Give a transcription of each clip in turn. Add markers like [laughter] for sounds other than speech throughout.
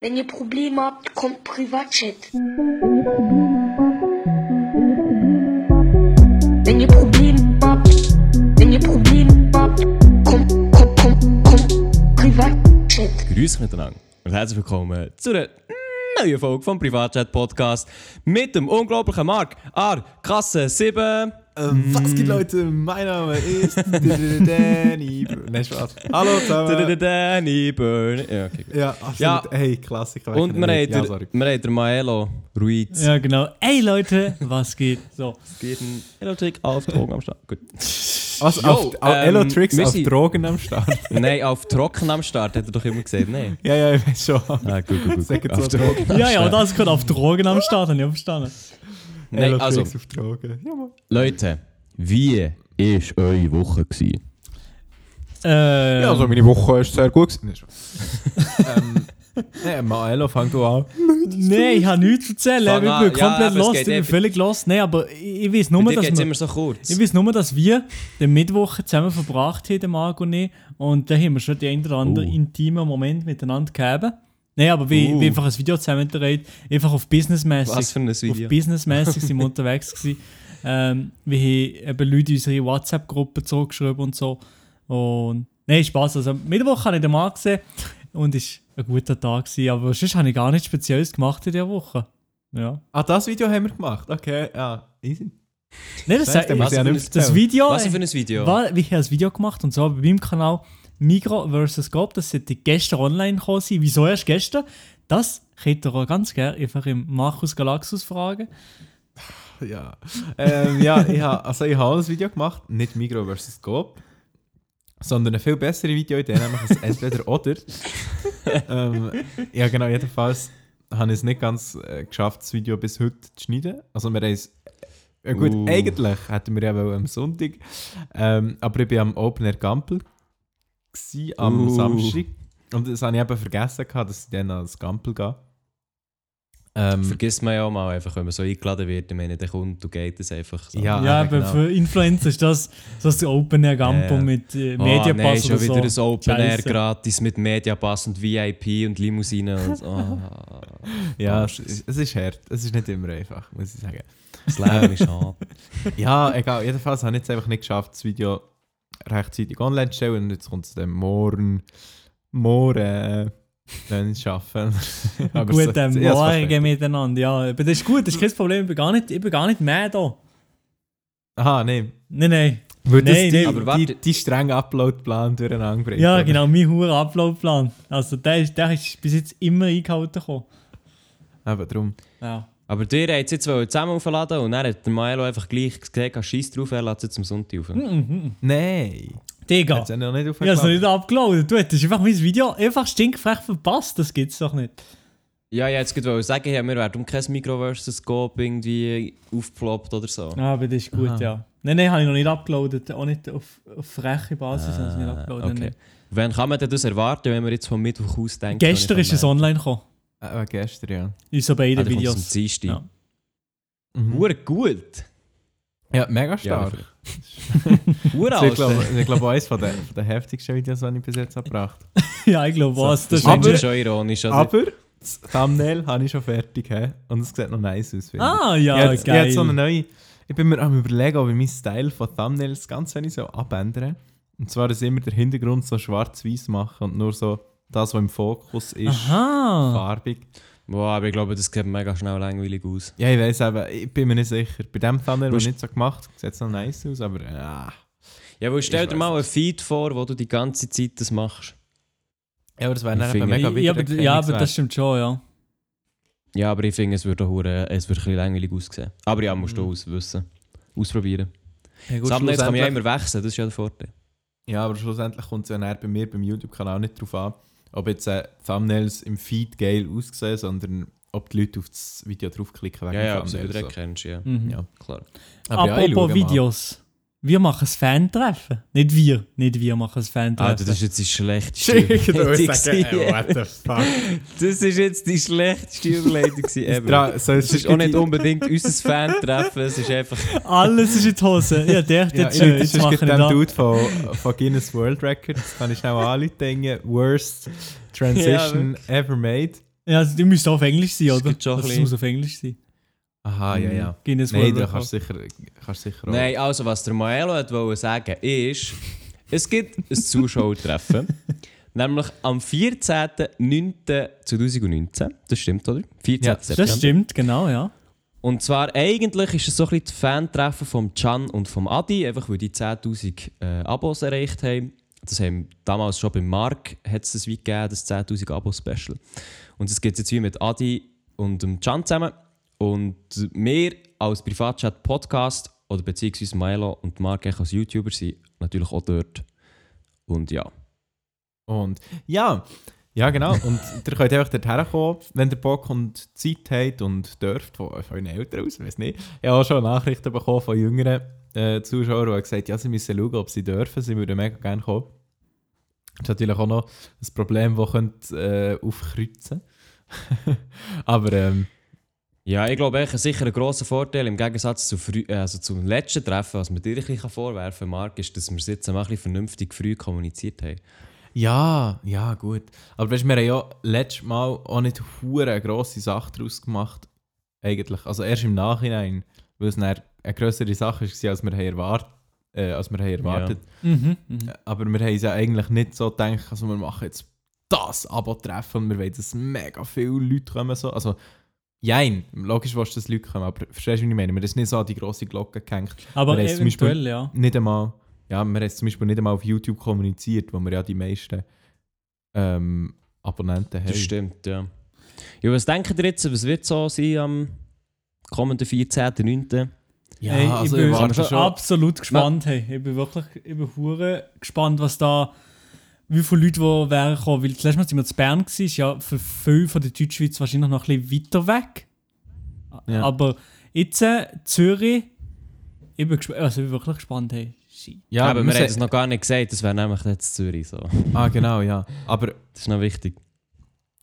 Wenn ihr Probleme habt, kommt Privatchat. Wenn ihr Probleme habt, wenn ihr Probleme habt, kommt, kommt, kommt, kommt Privatchat. Grüß miteinander und herzlich willkommen zu einer neuen Folge vom Privatchat Podcast mit dem unglaublichen Marc A. Kasse 7. Ähm, Was geht, Leute? Mein Name ist Danny. Br- Nein, Spaß. Hallo zusammen. Danny Burn. Ja, okay, gut. Ja, absolut. Ja. Hey, Klassiker. Und wir haben, ja, der- sorry. wir haben der Maelo Ruiz. Ja, genau. Ey Leute, was geht? So. Jeden Elotrick auf Drogen am Start. Gut. Was? auf, auf ähm, Elotrix wir auf sind- Drogen am Start? Nein, auf Trocken am Start hat er doch immer gesagt. Nein. ja, ja, ich weiß schon. Ah, gut, gut, gut. Sag jetzt auf was. Drogen. am Ja, ja, Start. das gehört auf Drogen am Start, habe ich auch verstanden. Nein, Elotrix also, auf Drogen. Ja, Mann. Leute, wie war eure Woche? Gewesen? Äh, Ja, also meine Woche ist sehr gut gewesen. Nein, Spaß. ähm, Nein, Maelo, fang du an. Nein, ich habe nichts zu erzählen. Fang Ich an. bin Ja, komplett aber es lost, geht ich bin eh- völlig lost. Nein, aber ich, ich weiß nur, Bei dir dass geht es wir, immer so kurz. ich weiß nur, dass wir den Mittwoch zusammen verbracht haben, der Marco und ich. Und da haben wir schon den einen oder anderen Uh. intimen Moment miteinander gegeben. Nein, aber wie, Uh. wie einfach ein Video zusammen gedreht, einfach auf businessmäßig. Was für ein Video? Auf [laughs] businessmäßig sind wir unterwegs gewesen. Ähm, wir haben eben Leute in unsere WhatsApp-Gruppe zurückgeschrieben und so. Und nein, Spaß. Also Mittwoch habe ich den Mann gesehen und es war ein guter Tag. Gewesen, aber sonst habe ich gar nichts Spezielles gemacht in dieser Woche. Ja. Ah, das Video haben wir gemacht. Okay, ja. Easy. Nein, das, Weißt du, muss das, ich ja nicht mehr erzählen. Video. Was für ein Video? War, ich habe ein Video gemacht und zwar bei meinem Kanal Migro vs. Gop. Das sollte gestern online gekommen sein. Wieso erst gestern? Das könnt ihr auch ganz gerne einfach im Markus Galaxus fragen. Ja, ähm, ja ich habe also ich hab ein Video gemacht, nicht Migro vs. Coop, sondern ein viel besseres Video, in dem nämlich ein Entweder oder. ähm, ja, genau, jedenfalls habe ich es nicht ganz äh, geschafft, das Video bis heute zu schneiden. Also, wir haben es. Ja, gut, Uh. eigentlich hätten wir ja wohl am Sonntag. Ähm, aber ich war am Open Air Gampel gsi am Uh. Samstag. Und das habe ich eben vergessen, gehabt, dass ich dann ans Gampel gehe. Ähm, Vergisst man ja auch mal einfach, wenn man so eingeladen wird, ich meine, der kommt und geht es einfach. So. ja, Ah, ja, genau. eben, aber für Influencer ist das, das ist Open Air Gampo Ja, ja. mit äh, Ah, nein, Mediapass schon oder wieder so. ein Open Air Scheisse. gratis mit Mediapass und VIP und Limousine und [laughs] so. Ah, Ja, es, ist- es ist hart. Es ist nicht immer einfach, muss ich [laughs] sagen. das Leben ist hart. Ja, egal. Jedenfalls habe ich es einfach nicht geschafft, das Video rechtzeitig online zu stellen. Und jetzt kommt es dann morgen. Morgen. eh, Dann [laughs] schaffen. [laughs] Guten Morgen miteinander. Ja, aber das ist gut, das ist kein Problem. Ich bin gar nicht, ich bin gar nicht mehr da. Aha, nein. Nein, nein. Würde Nein, das dus die, nein, aber warte. die, die strengen Upload-Plan durcheinander bringen? Ja, oder? genau, mein hoher Uploadplan. Also der ist, der ist bis jetzt immer eingehalten gekommen. Eben drum. Ja. Aber dir hat jetzt wollen zusammen aufladen und dann hat der Maelo einfach gleich gesagt, scheiß drauf, er lädt es jetzt am Sonntag auf. Nein. Digga, Hat ich es noch nicht habe es noch aufgeladen? nicht abgeladen. Du hättest einfach mein Video einfach stinkfrech verpasst. Das gibt's doch nicht. Ja, ja, jetzt wollte ich sagen, ja, wir werden um kein Microversus-Scope irgendwie aufgeploppt oder so. Ah, aber das ist gut, Aha. ja. Nein, nein, habe ich noch nicht abgeladen. Auch nicht auf, auf freche Basis habe ich es nicht abgeladen. okay. nein. Wann kann man denn das erwarten, wenn wir jetzt vom Mittwoch aus denken? Gestern ist es online. online gekommen. Eben gestern, ja. Unsere beiden Ah, dann kommt es am Videos. Dienstag. Ja. Mhm. Hure gut. Ja, Dus mega Ja, stark. Hure das ist, Alter. glaube ich, ich glaube, eines von der, von der heftigsten Videos, die ich bis jetzt [laughs] habe gebracht [laughs] ja, ich glaube, was. Das Das ist Aber- ist schon ironisch, oder? Aber das Thumbnail habe ich schon fertig. He? Und es sieht noch nice aus. finde ich. ah, ich ja, habe jetzt- ich habe geil. jetzt so eine ne- neue. Ich bin mir am überlegen, ob ich meinen Style von Thumbnails ganz wenig so abändere. Und zwar, dass ich immer den Hintergrund so schwarz-weiß mache und nur so das, was im Fokus ist, Aha. farbig. Boah, aber ich glaube, das sieht mega schnell langweilig aus. Ja, ich weiß aber, ich bin mir nicht sicher. Bei dem Thumbnail, Du den hast- ich nicht so gemacht habe, sieht es noch nice aus, aber ah. Ja, weil stell Ich dir weiss mal einen Feed vor, wo du die ganze Zeit das machst. Ja, aber das wäre Ich dann eben finde- mega Ja, aber, ja, aber das stimmt schon, ja. Ja, aber ich finde, es würde auch hure- es würde ein bisschen langweilig aussehen. Aber ja, Mhm. musst du aus wissen. Ausprobieren. ja, Thumbnails gut, kann man ja schlussendlich- immer wechseln, das ist ja der Vorteil. Ja, aber schlussendlich kommt es ja näher bei mir beim YouTube-Kanal nicht darauf an, ob jetzt äh, Thumbnails im Feed geil aussehen, sondern ob die Leute auf das Video draufklicken wegen Ja, ja, ob du Thumbnails. wieder so. erkennst, ja. Mhm. Ja. Klar. Aber ja, ich Apropos schau mal. [laughs] Videos. Wir machen ein Fan-Treffen. Nicht wir. Nicht wir machen ein Alter, Fan-Treffen. das ist jetzt die schlechteste Schicken Überleitung. uns sagen, gewesen. ey, what the fuck. [laughs] Das ist jetzt die [laughs] schlechteste Überleitung gewesen ever. Dra- so, Es ist auch nicht unbedingt unser Fan-Treffen, es ist einfach... Alles ist in die Hose. Ja, der Ja, jetzt ich schon. rufe Jetzt sonst mache ich gleich dem das. Dude von, von Guinness World Records, kann ich schnell anrufen, denken, worst Ja, transition ever made. Ja, also, die müssen auf Englisch sein, Es oder? gibt schon ein also, es bisschen- muss auf Englisch sein. Aha, ja, ja. Mm, Guinness Nein, World da Record. kannst du sicher, kannst sicher auch. Nein, also was der Maelo hat wollen sagen ist, es gibt ein [laughs] Zuschauertreffen, nämlich am 14.09.2019. Das stimmt, oder? 14. Ja, das September. Das stimmt, genau, ja. Und zwar eigentlich ist es so ein bisschen das Fantreffen von Can und vom Adi, einfach weil die 10.000 äh, Abos erreicht haben. Das haben damals schon beim Mark hat es das wie gegeben, das 10.000 Abos Special. Und das gibt es jetzt wie mit Adi und dem Can zusammen. Und wir als Privatchat Podcast oder beziehungsweise Milo und Mark eigentlich als YouTuber sind natürlich auch dort. Und ja. Und ja, ja genau. Und [laughs] ihr könnt einfach dorthin kommen, wenn ihr Bock und Zeit habt und dürft, von, von euren Eltern aus, weiß nicht. Ich habe auch schon Nachrichten bekommen von jüngeren äh, Zuschauern, die gesagt haben, ja, sie müssen schauen, ob sie dürfen, sie würden mega gerne kommen. Das ist natürlich auch noch ein Problem, das könnte äh, aufkreuzen. [laughs] Aber ähm, Ja, ich glaube, eigentlich sicher ein grosser Vorteil im Gegensatz zu früh, äh, also zum letzten Treffen, was man dir ein bisschen vorwerfen kann, Marc, ist, dass wir es jetzt mal ein bisschen vernünftig früh kommuniziert haben. ja, ja, gut. Aber weißt, du, wir haben ja letztes Mal auch nicht hure eine grosse Sache daraus gemacht. Eigentlich. Also erst im Nachhinein, weil es dann eine größere Sache war, als wir haben erwartet. Äh, als wir haben erwartet. Mhm. mhm. Aber wir haben es ja eigentlich nicht so gedacht, also wir machen jetzt das Abo-Treffen und wir wollen, dass mega viele Leute kommen. So. Also, jein, logisch, was dass Leute kommen, aber verstehst du, was ich meine? Wir haben es nicht so an die grosse Glocke gehängt. Aber Wir haben zum Beispiel- eventuell, ja. Nicht einmal, ja, wir haben es zum Beispiel nicht einmal auf YouTube kommuniziert, wo wir ja die meisten ähm, Abonnenten haben. Das stimmt, ja. Ja, was denkt ihr jetzt, was wird so sein am kommenden 14.09.? Ja, Hey, also ich ich bin warte schon. absolut gespannt. Hey. Ich bin wirklich ich bin hure gespannt, was da, wie viele Leute wo wären kommen. Weil das letzte Mal sind wir zu Bern, gewesen, ist ja für viele von der Deutschschweiz wahrscheinlich noch ein bisschen weiter weg. Ja. Aber jetzt äh, Zürich, ich bin, gesp- also ich bin wirklich gespannt. Hey. Shit. Ja, aber aber wir wir haben es se- noch gar nicht gesagt, das wäre nämlich jetzt Zürich so. Ah, genau, ja. Aber Das ist noch wichtig.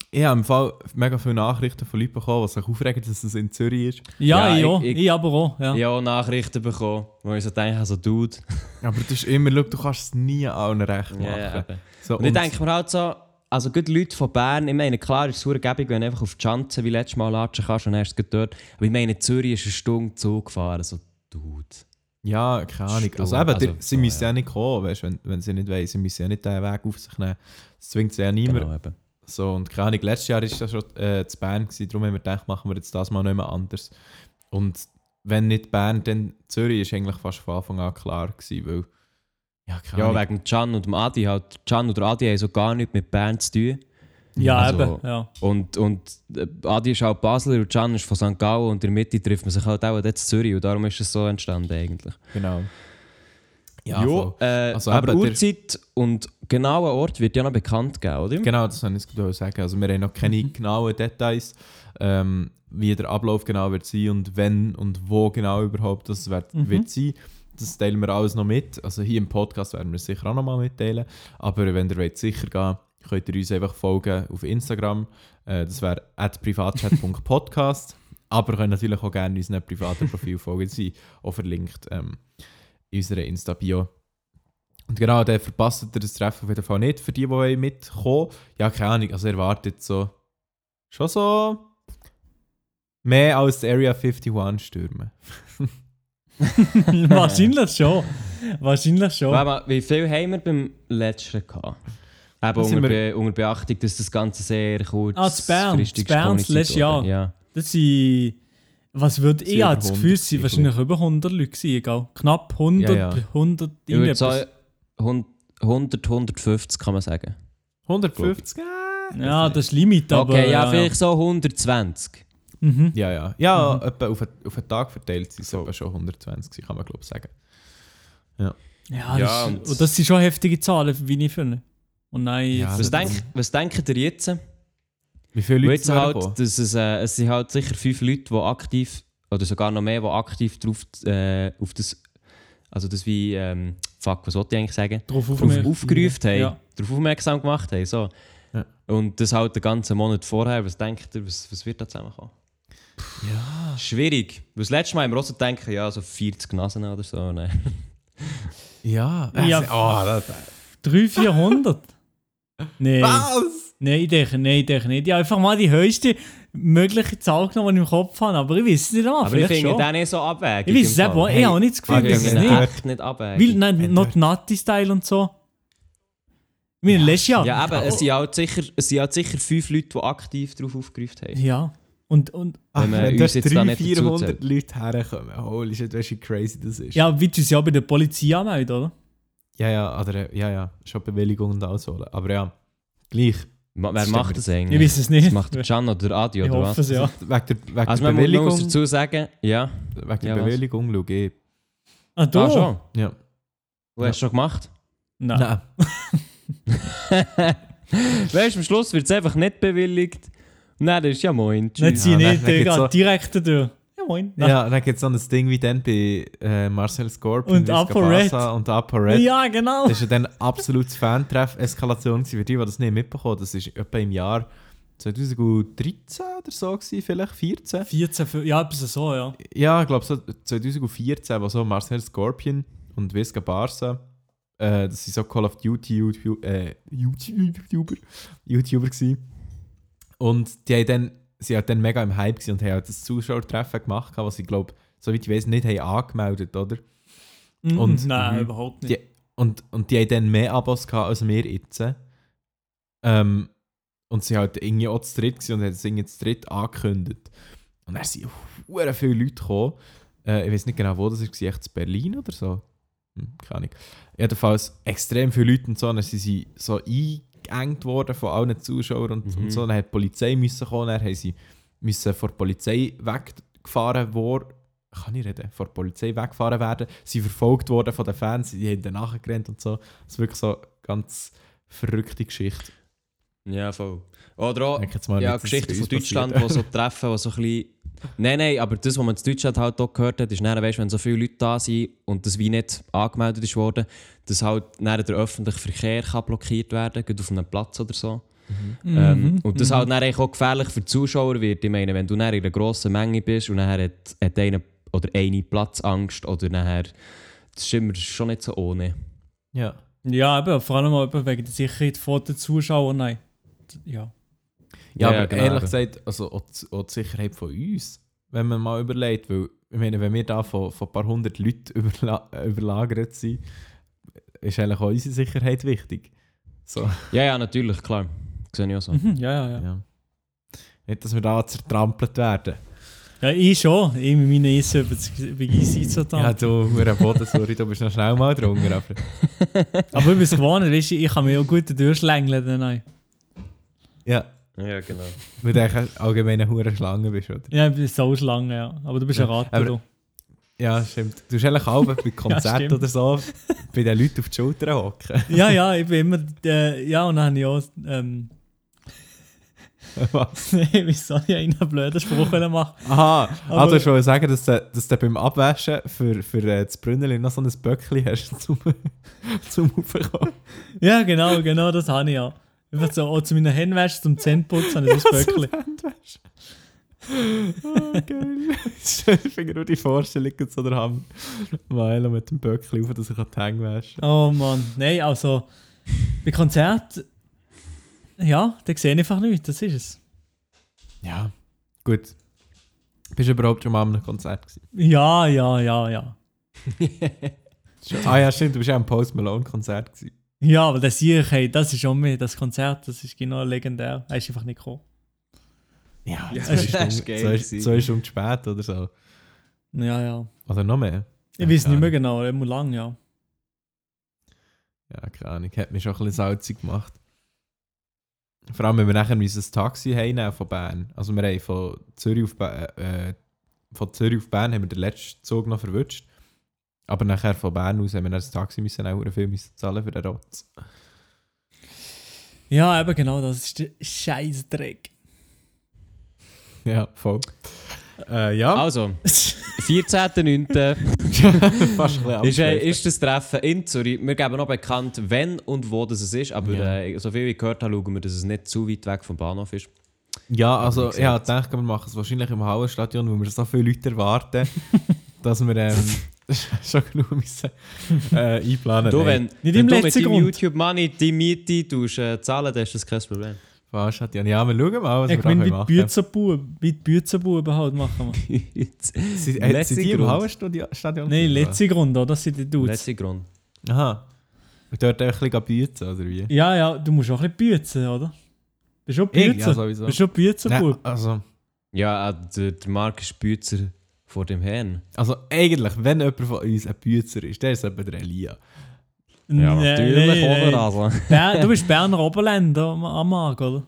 ich habe im Fall mega viele Nachrichten von Leuten bekommen, die sich aufregen, dass es in Zürich ist. Ja, Ja, ja, ich, ich- ich- aber auch. Ja. Ich habe auch Nachrichten bekommen, wo ich so denke, also Dude. Aber das ist immer, schau, du kannst es nie allen recht machen. Ja, ja, eben. So, Und ich denke mir halt so, also gut Leute von Bern, ich meine, klar ist es super gäbig, wenn du einfach auf die Schanze wie letztes Mal latschen kannst und erst dort. Aber ich meine, Zürich ist eine Stunde Zug gefahren, so Dude. Ja, keine Ahnung. Stimmt. Also eben, Also, die- sie ja, müssen ja. ja nicht kommen, weißt, wenn, wenn sie nicht wollen. Sie müssen ja nicht den Weg auf sich nehmen. Das zwingt sie ja niemand. Genau, eben. So, und keine Ahnung, letztes Jahr war das schon äh, zu Bern, gewesen, darum haben wir gedacht, machen wir jetzt das mal nicht mehr anders. Und wenn nicht Bern, dann Zürich war eigentlich fast von Anfang an klar, gewesen, weil... Ja, keine Ja, Ahnung. wegen Can und dem Adi. Halt, Can oder Adi haben so gar nichts mit Bern zu tun. Ja, Also- eben. Ja. [laughs] Und, und äh, Adi ist halt Basler und Can ist von St. Gallen und in der Mitte trifft man sich halt auch jetzt Zürich und darum ist es so entstanden eigentlich. Genau. Ja, voll. äh, Also aber eben, der- Uhrzeit und genauer Ort wird ja noch bekannt geben, oder? Genau, das wollte ich jetzt gerade sagen. Also wir haben noch keine genauen Details, ähm, wie der Ablauf genau wird sein und wenn und wo genau überhaupt das wird, wird sein. Das teilen wir alles noch mit. Also hier im Podcast werden wir es sicher auch nochmal mitteilen. Aber wenn ihr wollt, sicher gehen könnt ihr uns einfach folgen auf Instagram. Äh, das wäre privatchat.podcast. [laughs] Aber ihr könnt natürlich auch gerne unseren privaten Profil folgen. Sie sind auch verlinkt ähm, in unserer Insta-Bio. Und genau, dann verpasst ihr das Treffen auf jeden Fall nicht. Für die, die wollen mitkommen ja, keine Ahnung, also erwartet so. Schon so. Mehr als die Area 51 stürmen. Wahrscheinlich schon. Wahrscheinlich schon. Warte mal, wie viel haben wir beim letzten gehabt? Eben sind unter, wir- Be unter Beachtung, dass das Ganze sehr kurz Ah, zu Bern. fristig Zu Bern, kommuniziert das letzte wurde. Jahr. Ja. Das sind. Was würde ich Sind habe das über Gefühl, 100, es sind ich wahrscheinlich über 100 Leute gewesen, egal. Knapp 100, Ja, ja. 100 Ich würde irgendetwas. sagen, 100, 150 kann man sagen. 150? Ja, das ist Limit, aber. okay, ja, äh, vielleicht so 120. Äh. Mhm. Ja, ja. Ja, etwa auf, einen- auf einen Tag verteilt sind es etwa schon 120, gewesen, kann man glaube ich sagen. Ja, das, Ja, und- ist, und das sind schon heftige Zahlen, wie ich finde. Und nein, Ja, jetzt, Was, Also, denk, was denkt ihr jetzt? Wie viele Weil Leute Jetzt werden halt, kommen? dass es, äh, es sind halt sicher fünf Leute, die aktiv, oder sogar noch mehr, die aktiv drauf, äh, auf das, also das wie, ähm, fuck, was wollte ich eigentlich sagen? drauf Drauf aufmerksam. aufgerufen haben, Ja. darauf aufmerksam gemacht haben, so. Ja. Und das halt den ganzen Monat vorher, was denkt ihr, was, was wird da zusammenkommen? Ja. Schwierig. Weil das letzte Mal haben wir auch so gedacht, ja, so 40 Nasen oder so. ne. Nein. Ja. Ja. Also, Äh, oh, [laughs] das, 300, 400? Nein. Was? Nein, ich denke, nein, ich denke nicht. Ich habe einfach mal die höchste mögliche Zahl genommen, die ich im Kopf habe, aber ich weiß es nicht einmal. Aber ich vielleicht finde schon. den nicht so abwägend. Ich weiß es eben auch, ich habe nicht das Gefühl, Ah, Ich dass es finde nicht. den nicht. echt nicht Weil, abwägend. nein, not natty Style und so. Ich meine, letztes Jahr. Ja, eben, es Oh. sind, halt sicher, es sind halt sicher fünf Leute, die aktiv darauf aufgerufen haben. Ja. Und, und Wenn Ach, man wenn da uns jetzt da nicht 300, dazu 400 Leute herkommen, holy shit, weißt du, wie crazy das ist. ja, wie du es ja bei der Polizei anmelden, oder? ja, ja, oder, ja, ja, schon Bewilligung und alles holen. Aber ja, gleich. Ma- Wer Das macht stimmt. das Ich eigentlich? weiß es nicht. Das macht der Can oder der Adi ich oder hoffe was? es ja. Wegen der, Also wegen der man muss- man muss Bewilligung, dazu sagen, ja. wegen der Ja, was? Bewilligung schaue ich. Ah, du? Ah, schon. Ja. Du hast es schon gemacht. Nein. Nein. Weißt du, am Schluss wird es einfach nicht bewilligt. Nein, das ist ja moin. Nicht Tschüss. sie Ja, dann- nicht, dann der geht's so. geht direkt da durch. Ja, moin. Nein. Ja, dann gibt es so ein Ding wie dann bei äh, Marcel Scorpion Und Visca ApoRed. Bassa und ApoRed. Ja, genau. Das war dann absolutes Fantreff-Eskalation gewesen. für die, die das nicht mitbekommen haben. Das war etwa im Jahr 2013 oder so, gewesen, vielleicht 14. 14, für, ja, etwas so, ja. Ja, ich glaube so 2014, wo so Marcel Scorpion und Visca Barca, äh, das sind so Call of Duty YouTube, äh, YouTuber, YouTuber gewesen. Und die haben dann, sie halt dann mega im Hype gewesen und haben halt das Zuschauertreffen gemacht, was ich glaube, soweit ich weiß, nicht haben angemeldet, oder? Mhm. Und- Nein, mhm. überhaupt nicht. Die- Und, und die haben dann mehr Abos gehabt als wir jetzt. Ähm, und sie halt irgendwie auch zu dritt gewesen und haben es irgendwie zu dritt angekündigt. Und dann sind hure viele Leute gekommen. Äh, ich weiß nicht genau, wo das war, echt in Berlin oder so. Hm, keine Ahnung. Jedenfalls extrem viele Leute und so. Und dann sind sie so eingeengt worden von allen Zuschauern und, Mhm. und so. Dann hat die Polizei müssen kommen, dann haben sie müssen vor der Polizei weggefahren worden. Kann ich reden? Vor der Polizei weggefahren werden. Sie verfolgt worden von den Fans, die haben danach gerannt und so. Das ist wirklich so eine ganz verrückte Geschichte. Ja, voll. Oder auch, Denke jetzt mal ja, nicht, dass es Geschichten bei von uns Deutschland, passiert. die so treffen, die so ein bisschen... Nein, nein, aber das, was man in Deutschland halt auch gehört hat, ist, dann, weißt, wenn so viele Leute da sind und das wie nicht angemeldet ist worden, dass halt dann der öffentliche Verkehr kann blockiert werden kann, auf einem Platz oder so. Mhm. Ähm, und das halt dann eigentlich auch gefährlich für die Zuschauer wird. Ich meine, wenn du dann in einer grossen Menge bist und nachher hat, hat eine oder eine Platzangst oder nachher... Das ist immer schon nicht so ohne. Ja. Ja, eben, vor allem auch eben wegen der Sicherheit vor den Zuschauern. Nein. Ja. Ja, Ja, aber ja, genau, ehrlich eben. gesagt, also auch, die- auch die Sicherheit von uns, wenn man mal überlegt, weil ich meine, wenn wir da von, von ein paar hundert [laughs] Leuten überla äh, überlagert sind, ist eigentlich auch unsere Sicherheit wichtig. So, Ja, ja, natürlich, klar. Sehe ich auch so. Mhm, ja, ja, ja. ja. Nicht, dass wir da zertrampelt werden. Ja, ich schon. Ich mit meinen Essen über das Eis zu Ja, du, wir Boden, sorry, du bist noch schnell mal drunter. Aber Aber ich bin es gewohnt, weißt du, ich kann mich auch gut durchschlängeln. dann auch. ja, Ja, genau. wir denken allgemein eine hure Schlange bist, oder? Ja, ich bin so schlange, ja. Aber du bist ein Ratte, aber- du. Ja, stimmt. Du bist eigentlich auch bei Konzerten stimmt. oder so bei den Leuten auf die Schulter [laughs] hocken. Ja, ja, ich bin immer. Äh, ja, und dann habe ich auch. Ähm, [laughs] Was? nee, wieso ich einen blöden Spruch wollen machen? Aha, Aber- aber also ich wollte sagen, dass du, dass du beim Abwaschen für, für äh, das Brünneli noch so ein Böckchen hast [laughs] zum, zum Aufkommen. Ja, genau, genau, das habe ich ja. Einfach so, auch zu meiner Händenwäsche, zum Zähneputz habe ich [laughs] das Böckli. Handwaschen. Oh, geil. [laughs] ich finde nur die Vorstellung jetzt so der Hand. Meilen mit dem Böckchen auf, dass ich die Hänge waschen Oh Mann, nein, also. Bei Konzert. Ja, da sehe ich einfach nichts, das ist es. Ja, gut. Bist du überhaupt schon mal an einem Konzert gewesen? Ja, ja, ja, ja. Schon- Ah ja, stimmt, du bist ja am Post Malone Konzert gewesen. Ja, aber das sehe ich, hey, das ist schon mehr, das Konzert, das ist genau legendär. Er ist einfach nicht gekommen. Ja, Ja, zwei das ist Stunden- geil zwei- gewesen. Zwei Stunden spät oder so. Ja, ja. Oder noch mehr. Ich weiß keine nicht mehr Ahnung. genau, immer lang, ja. Ja, keine Ahnung. Hat mich schon ein bisschen salzig gemacht. Vor allem, wenn wir nachher müssen ein Taxi heimnehmen von Bern. Also wir haben von Zürich auf Bern, äh, von Zürich auf Bern haben wir den letzten Zug noch verwünscht. Aber nachher von Bern aus haben wir dann ein Taxi müssen auch sehr viel müssen zahlen für den Rotz. [laughs] Ja, eben genau, das ist der Scheißdreck. Ja, voll. Äh, ja, Also, [laughs] 14.09. fast ein bisschen ist, äh, abgeschweift. ist das Treffen in Zürich. Wir geben noch bekannt, wenn und wo das es ist, aber Ja. äh, so viel ich gehört habe, schauen wir, dass es nicht zu weit weg vom Bahnhof ist. Ja, also wie ja, ich denke, wir machen es wahrscheinlich im Hauenstadion, weil wir so viele Leute [laughs] erwarten, dass wir ähm, [laughs] schon genug müssen, äh, einplanen Du, Nein. wenn, Nicht wenn im du mit letzten deinem [laughs] Grund. YouTube Money die Miete tust, äh, zahlen, dann ist das kein Problem. Fast hat ja. halt Ja, wir schauen mal, was Ich wir da meine, wie die Also machen können. Büzenbuben, wie die Büzenbuben halt machen wir. Sie- äh, Letzter Sind die im Grund. Hallenstadion? Nein, letzte Grund, oder? Das sind die Dudes. Letzter Grund. Aha. Und dort einfach ein bisschen büzen, oder wie? Ja, ja, du musst auch ein bisschen büzen, oder? Bist du auch Ich? büzen? Ja, sowieso. Bist du auch büzenbub? Nein, also, Ja, äh, der, der Marc ist Bützer vor dem Herrn. also eigentlich, wenn jemand von uns ein Büzer ist, der ist eben der Elia. Nein, nein, nein. Ber- Du bist Berner Oberländer am- am Arg, oder?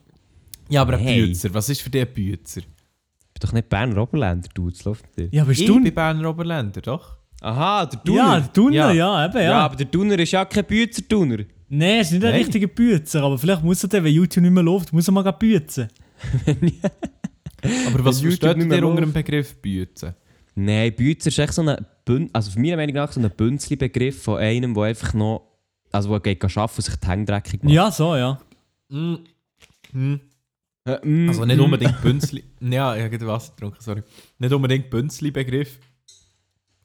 Ja, aber ein Hey. Büzer, was ist für dich ein Büzer? Ich bin doch nicht Berner Oberländer, du. Das läuft nicht. Ja, bist ich du? bin Berner Oberländer, doch? Aha, der Dunner. Ja, der Dunner, ja, Ja. eben, ja. Ja, aber der Dunner ist ja kein Bützer-Dunner. Nein, er ist nicht ein Nein. richtiger Büzer, aber vielleicht muss er dann, wenn YouTube nicht mehr läuft, muss er mal gehen büzen. Aber was YouTube versteht nicht mehr ihr unter dem läuft. Begriff büzen? Nein, Bützer ist echt so ein, Bün also für meine Meinung nach, so ein Bünzli-Begriff von einem, der einfach noch, also der geht arbeiten und sich die Hänge dreckig macht. Ja, so, ja. Hm. Äh, mm, Also nicht mm. unbedingt Bünzli. [laughs] ja, ich habe gerade Wasser getrunken, sorry. Nicht unbedingt Bünzli-Begriff.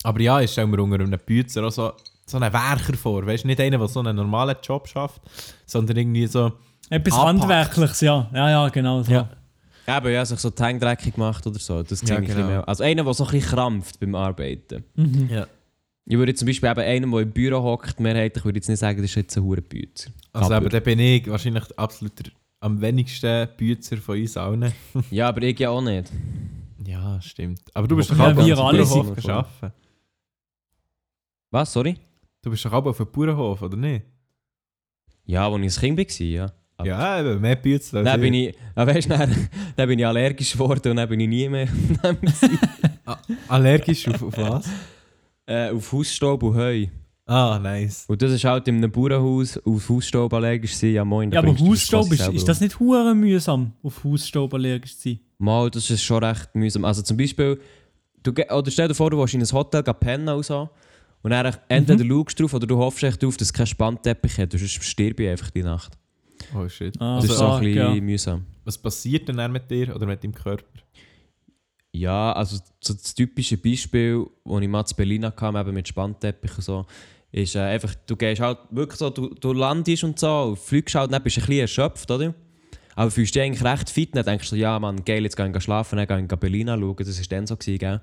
Aber ja, ich stelle mir unter einem Büzer auch so, so einen Werker vor. Weißt du, nicht einer, der so einen normalen Job schafft, sondern irgendwie so. Etwas Anpackt. Handwerkliches, ja. Ja, ja, genau so. Ja. Eben, ja, sich so die Hänge dreckig gemacht oder so. Das klingt Ja, ein bisschen genau. mehr. Also einer, der so ein bisschen krampft beim Arbeiten. Mhm. Ja. Ich würde jetzt zum Beispiel eben einem, der im Büro hockt, mehrheitlich würde ich jetzt nicht sagen, das ist jetzt ein [laughs] Hurenbüzer. Also Aber- aber da bin ich wahrscheinlich absolut der, am wenigsten Büzer von uns allen. Ja, aber ich ja auch nicht. Ja, stimmt. Aber du bist Ja, doch auch wir auf alle dem Bauernhof sind- geschaffen. Was, sorry? Du bist doch auch auf dem Bauernhof, oder nicht? Ja, als ich ein Kind war, ja. Aber- Ja, eben, mehr Büzer als Dann bin ich. ich, ah, weißt, [laughs] du, dann, dann bin ich allergisch geworden und dann bin ich nie mehr Allergisch auf, auf was? äh, auf Hausstaub und Heu. Ah, nice. Und das ist halt in einem Bauernhaus, auf Hausstaub allergisch sein, ja moin. Ja, dann aber bringst du das Hausstaub, quasi ist, selber ist das um. nicht hure mühsam, auf Hausstaub allergisch zu sein? Mal, das ist schon recht mühsam. Also zum Beispiel, du, ge- oder stell dir vor, du willst in ein Hotel gehen pennen und so. Und dann Mhm. entweder schaust du drauf oder du hoffst echt drauf, dass es keinen Spannteppich hat. Du stirb ich einfach die Nacht. Dus Oh shit. Ah, Das ist so fuck, ein bisschen ja. mühsam. Was passiert denn dann mit dir oder mit deinem Körper? Ja, also so das typische Beispiel, das ich mal zu Berlin kam, eben mit Spannteppich und so, ist äh, einfach, du gehst halt wirklich so, du, du landest und so, und fliegst halt, dann bist du ein bisschen erschöpft, oder? Aber fühlst dich eigentlich recht fit, dann denkst du, so, ja Mann, geil, jetzt gehen wir schlafen, dann gehen wir Berlin anschauen, das war dann so, gewesen, gell?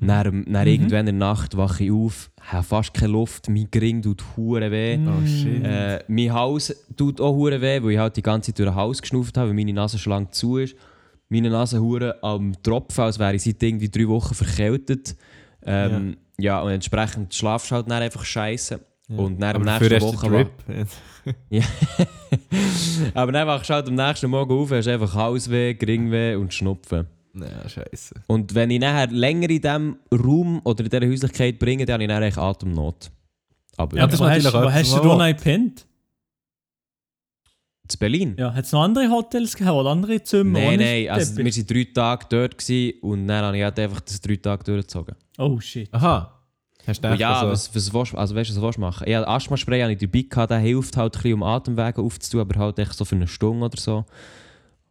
Und dann, Mhm. dann irgendwann in der Nacht wache ich auf, habe fast keine Luft, mein Gring tut hure weh. Oh shit. Äh, mein Hals tut auch hure weh, weil ich halt die ganze Zeit durch den Hals geschnauft habe, weil meine Nase schon lange zu ist. Meine Nase hure am Tropfen, als wäre ich seit irgendwie drei Wochen verkältet. Ähm, ja. und entsprechend schlafst du halt dann einfach scheiße. Und dann am Aber nächsten dafür hast Woche du Drip. wach- Aber dann wachst du halt am nächsten Morgen auf, hast einfach Halsweh, Geringweh und Schnupfen. Ja, scheiße. Und wenn ich nachher länger in diesem Raum oder in dieser Häuslichkeit bringe, dann habe ich dann echt Atemnot. Aber Ja, ja, das aber ist hast, natürlich wo etwas, hast du was da man noch gepennt? zu Berlin. Ja, hat es noch andere Hotels gehabt oder andere Zimmer? Nein, ohne nein, also wir Teppich? waren drei Tage dort gewesen und dann habe ich halt einfach das drei Tage durchgezogen. Oh shit. Aha. Hast du Und gedacht, ja, also, was, was willst, also weißt du, was willst du machen? Ich hatte Asthma-Spray habe ich dabei, gehabt, der hilft halt ein bisschen, um Atemwege aufzutun, aber halt echt so für eine Stunde oder so.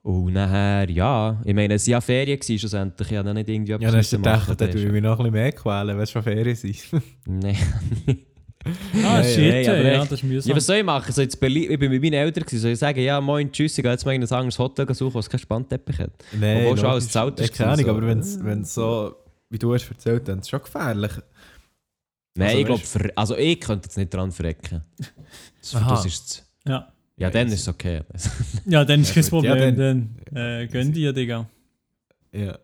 Und nachher, ja, ich meine, es waren ja Ferien gewesen, schlussendlich, ich habe dann nicht irgendwie ja, dann hast du müssen machen, gedacht, dann tue ich mich noch ein bisschen mehr quälen, wenn es schon [laughs] Ferien sind. Nein. Ah, nein, shit, nein, aber ja, ja, echt. das ist mühsam. Ja, was soll ich machen? So jetzt Berlin, ich bin mit meinen Eltern, gewesen, soll ich sagen, ja moin, tschüss, ich gehe jetzt mal in ein anderes Hotel suchen, was keinen Spannteppich hat. Obwohl schon alles logisch. zahlt ist. Ja, Keine Ahnung, gewesen, aber so. wenn es so, wie du hast erzählt, dann ist es schon gefährlich. Nein, Also, ich weißt- glaube, also ich könnte jetzt nicht dran verrecken. Das, für Aha. das ist ja. Ja, Ja, dann easy. ist es okay. [laughs] ja, dann ist Ja, kein gut, ja, Problem. dann äh, gönn dir, Digga. Ja.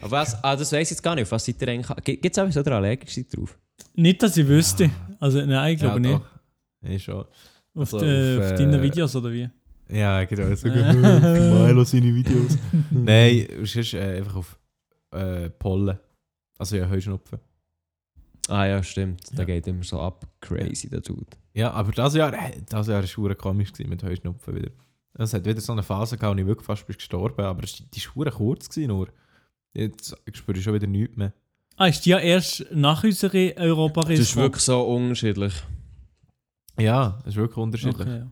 Aber was, ah, das weiss ich jetzt gar nicht. Auf was seid ihr eigentlich? Gibt es etwas oder allergisch seid ihr drauf? Nicht, dass ich wüsste. Also, nein, ich glaube ja, nicht. doch. Ich schon. Auf, Also, de, auf, auf äh, deinen Videos oder wie? Ja, [laughs] genau. So Milo seine Videos. Nein, es ist äh, einfach auf äh, Pollen. Also ja, Heuschnupfen. Ah ja, stimmt. Da Ja. geht immer so ab. Crazy, der Dude. Ja, aber das Jahr, äh, das Jahr war schwer komisch gewesen mit Heuschnupfen wieder. Es hat wieder so eine Phase gehabt, wo ich wirklich fast bin gestorben aber es, die war schwer kurz gewesen nur. Jetzt spüre ich schon wieder nichts mehr. Ah, ist die ja erst nach unserer Das Europareise? ist wirklich so unterschiedlich. Ja, es ist wirklich unterschiedlich. Okay, ja.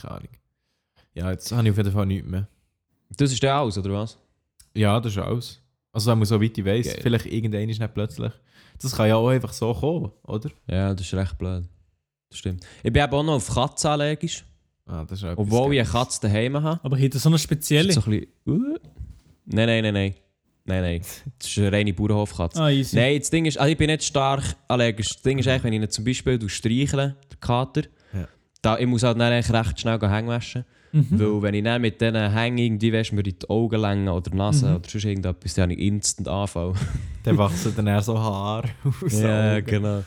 Keine Ahnung. Ja, jetzt habe ich auf jeden Fall nichts mehr. Das ist der aus, oder was? Ja, das ist alles. Also wenn man so weit ich weiss, Geil. vielleicht irgendeiner ist nicht plötzlich. Das kann ja auch einfach so kommen, oder? Ja, das ist recht blöd. Das stimmt. Ich bin eben auch noch auf Katzen allergisch. Ah, das ist auch etwas Obwohl ich eine Geiles. Katze daheim habe. Aber hinter so einer Ist speziellen. So ein bisschen, uh. Nein, nein, nein, nein. Nein, nein. Das ist eine reine Bauernhofkatze. ah, easy. Nein, das Ding ist, also ich bin nicht stark allergisch. Das Ding ist eigentlich, wenn ich ihn zum Beispiel du streichle, den Kater, Ja. da, ich muss halt dann eigentlich recht schnell gehen Hänge waschen. Mhm. Weil wenn ich dann mit diesen Hängen irgendwie weißt, mir in die Augen länge oder die Nase Mhm. oder sonst irgendetwas, dann habe ich instant [laughs] Anfall. Dann wachsen dann eher so Haare aus. den Augen. genau.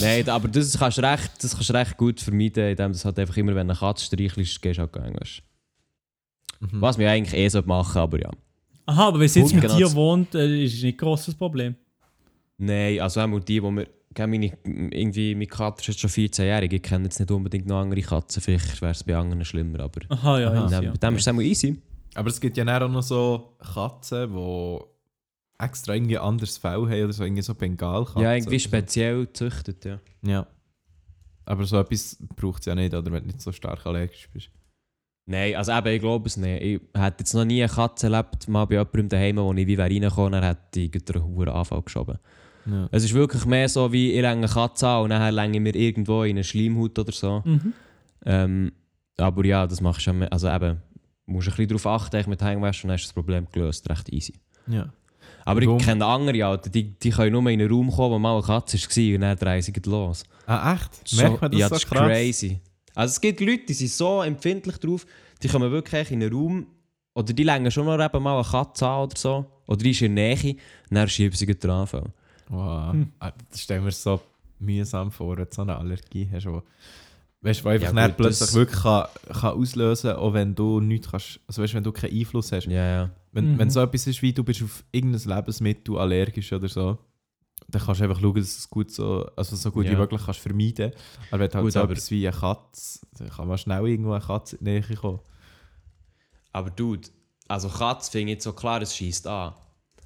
Nein, aber das kannst du recht, das kannst du recht gut vermeiden, indem du halt einfach immer, wenn du eine Katze streichelst, gehst du halt gehen waschen. Mhm. Was wir eigentlich eh sollten machen, aber ja. Aha, aber wenn sie jetzt Hund, mit genau. dir wohnt, äh, ist es nicht ein grosses Problem. Nein, also einmal die, wo wir. gell, Meine, irgendwie, mein Kater ist jetzt schon 14-jährig, ich kenne jetzt nicht unbedingt noch andere Katzen. Vielleicht wäre es bei anderen schlimmer, aber Aha, ja, Aha. mit easy, dem, Ah, ja. mit dem ist es einmal easy. Aber es gibt ja dann auch noch so Katzen, die extra irgendwie anderes Fell haben oder so, irgendwie so Bengalkatzen. ja, irgendwie oder so. speziell gezüchtet, ja. Ja. Aber so etwas braucht es ja nicht, oder wenn du nicht so stark allergisch bist. Nein, also eben, ich glaube es nicht. Ich hätte jetzt noch nie eine Katze erlebt, mal bei jemandem daheim, wo ich wie wäre reingekommen, er hätte ich gerade einen hohen Anfall geschoben. Ja. Es ist wirklich mehr so, wie ich länge eine Katze an und nachher länge ich mir irgendwo in eine Schleimhaut oder so. Mhm. Ähm, aber ja, das machst du ja, mehr- also eben, musst du ein bisschen darauf achten, echt mit Hängewäsche, und dann ist das Problem gelöst, recht easy. ja. Aber ich Warum? kenne andere, Alter, die, die können nur in einen Raum kommen, wo mal eine Katze war und dann drehen sie gleich los. Ah, echt? So- Merkt man das ja, so das ist krass? crazy. Also es gibt Leute, die sind so empfindlich drauf, die kommen wirklich in einen Raum, oder die längen schon noch eben mal eine Katze an oder so, oder die ist in der Nähe, und dann schieben sie gleich den Anfall. Wow. Hm. Ah, Das stellen wir so mühsam vor, wenn du so eine Allergie hast, wo, weißt, du, wo einfach Ja, dann gut, plötzlich das- wirklich kann, kann auslösen kann, auch wenn du nichts kannst, also weißt, du, wenn du keinen Einfluss hast. Ja, ja. Wenn, Mhm. wenn so etwas ist wie du bist auf irgendein Lebensmittel allergisch oder so, dann kannst du einfach schauen, dass du es gut so, also so gut Ja. wie möglich kannst vermeiden kannst. Aber wenn du halt Gut, so aber- etwas wie eine Katze, dann kann man schnell irgendwo eine Katze in die Nähe kommen. Aber Dude, also Katze finde ich jetzt so klar, es schießt an.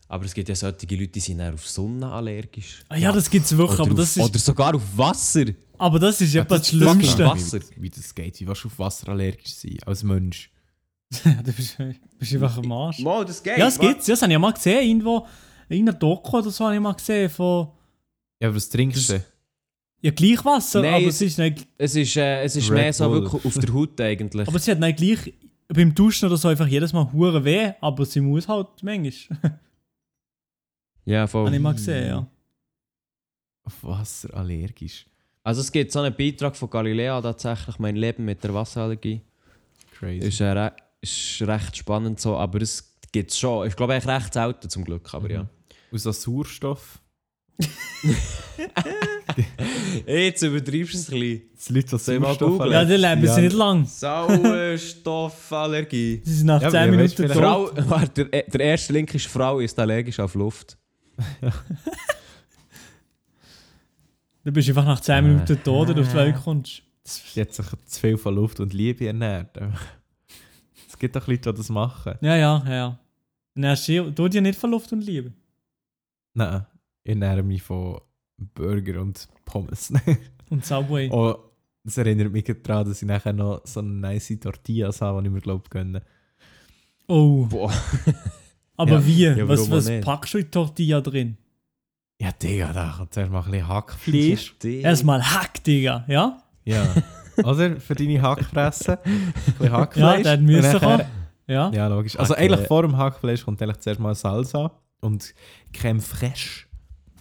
Aber es gibt ja solche Leute, die sind eher auf Sonne allergisch. Ah, ja, das gibt es wirklich, Oder, aber auf, das, ist, oder sogar auf Wasser. aber das ist etwas das ist fucking Schlimmste. Wasser. Wie, wie das geht, wie willst du auf Wasser allergisch sein, als Mensch? [laughs] Ja, du bist, bist einfach am Arsch. Mo, das geht. Ja, das gibt's, ja, das habe ich mal gesehen, irgendwo, in einer Doku oder so habe ich mal gesehen, von, Ja, aber was trinkst du? ja, gleich Wasser, Nein, aber es- es ist nicht, Es ist, äh, es ist Red mehr so Bull. wirklich auf der [laughs] Haut eigentlich. aber sie hat nicht gleich, beim Duschen oder so, einfach jedes Mal hure weh, aber sie muss halt manchmal. [laughs] ja, habe ich voll. mal gesehen, ja. Auf Wasser allergisch. Also es gibt so einen Beitrag von Galilea tatsächlich, mein Leben mit der Wasserallergie. Crazy. Ist, äh, re ist recht spannend so, aber es gibt es schon. Ich glaube, eigentlich recht selten zum Glück, aber ja. Aus so Sauerstoff. [laughs] Jetzt übertreibst du es ein bisschen. Das Leute, die Soll ich mal Sauerstoff googeln? Ja, die leben Ja. sie nicht lang. Sauerstoffallergie. Sie sind nach Ja, 10 wer weiß, Minuten vielleicht- [laughs] tot. Frau, warte, der, e, der erste Link ist, Frau ist allergisch auf Luft. Dann bist du einfach nach 10 Minuten tot, wenn du auf die Welt kommst. Die hat sich zu viel von Luft und Liebe ernährt. [laughs] Es gibt doch Leute, die das machen. Ja, ja, ja, ja. Und dann hast du du dir nicht von Luft und Liebe. Nein, ich ernähre mich von Burger und [laughs] Pommes. Und Subway. oh, das erinnert mich gerade daran, dass ich nachher noch so eine nice Tortillas habe, die ich mir glaube gönne. Oh. Boah. Aber Ja. wie? Ja, was warum was auch nicht? packst du in die Tortilla drin? Ja, Digga, da kommt zuerst mal ein bisschen [laughs] Hackfleisch. Erstmal Hack, Digga, ja? ja. Oder? Für deine Hackfresse. Ein bisschen Ja, Hackfleisch. dann Und müssen nachher- kommen. Ja. Ja, logisch. Also Okay. eigentlich vor dem Hackfleisch kommt eigentlich zuerst mal Salsa und Creme fraiche.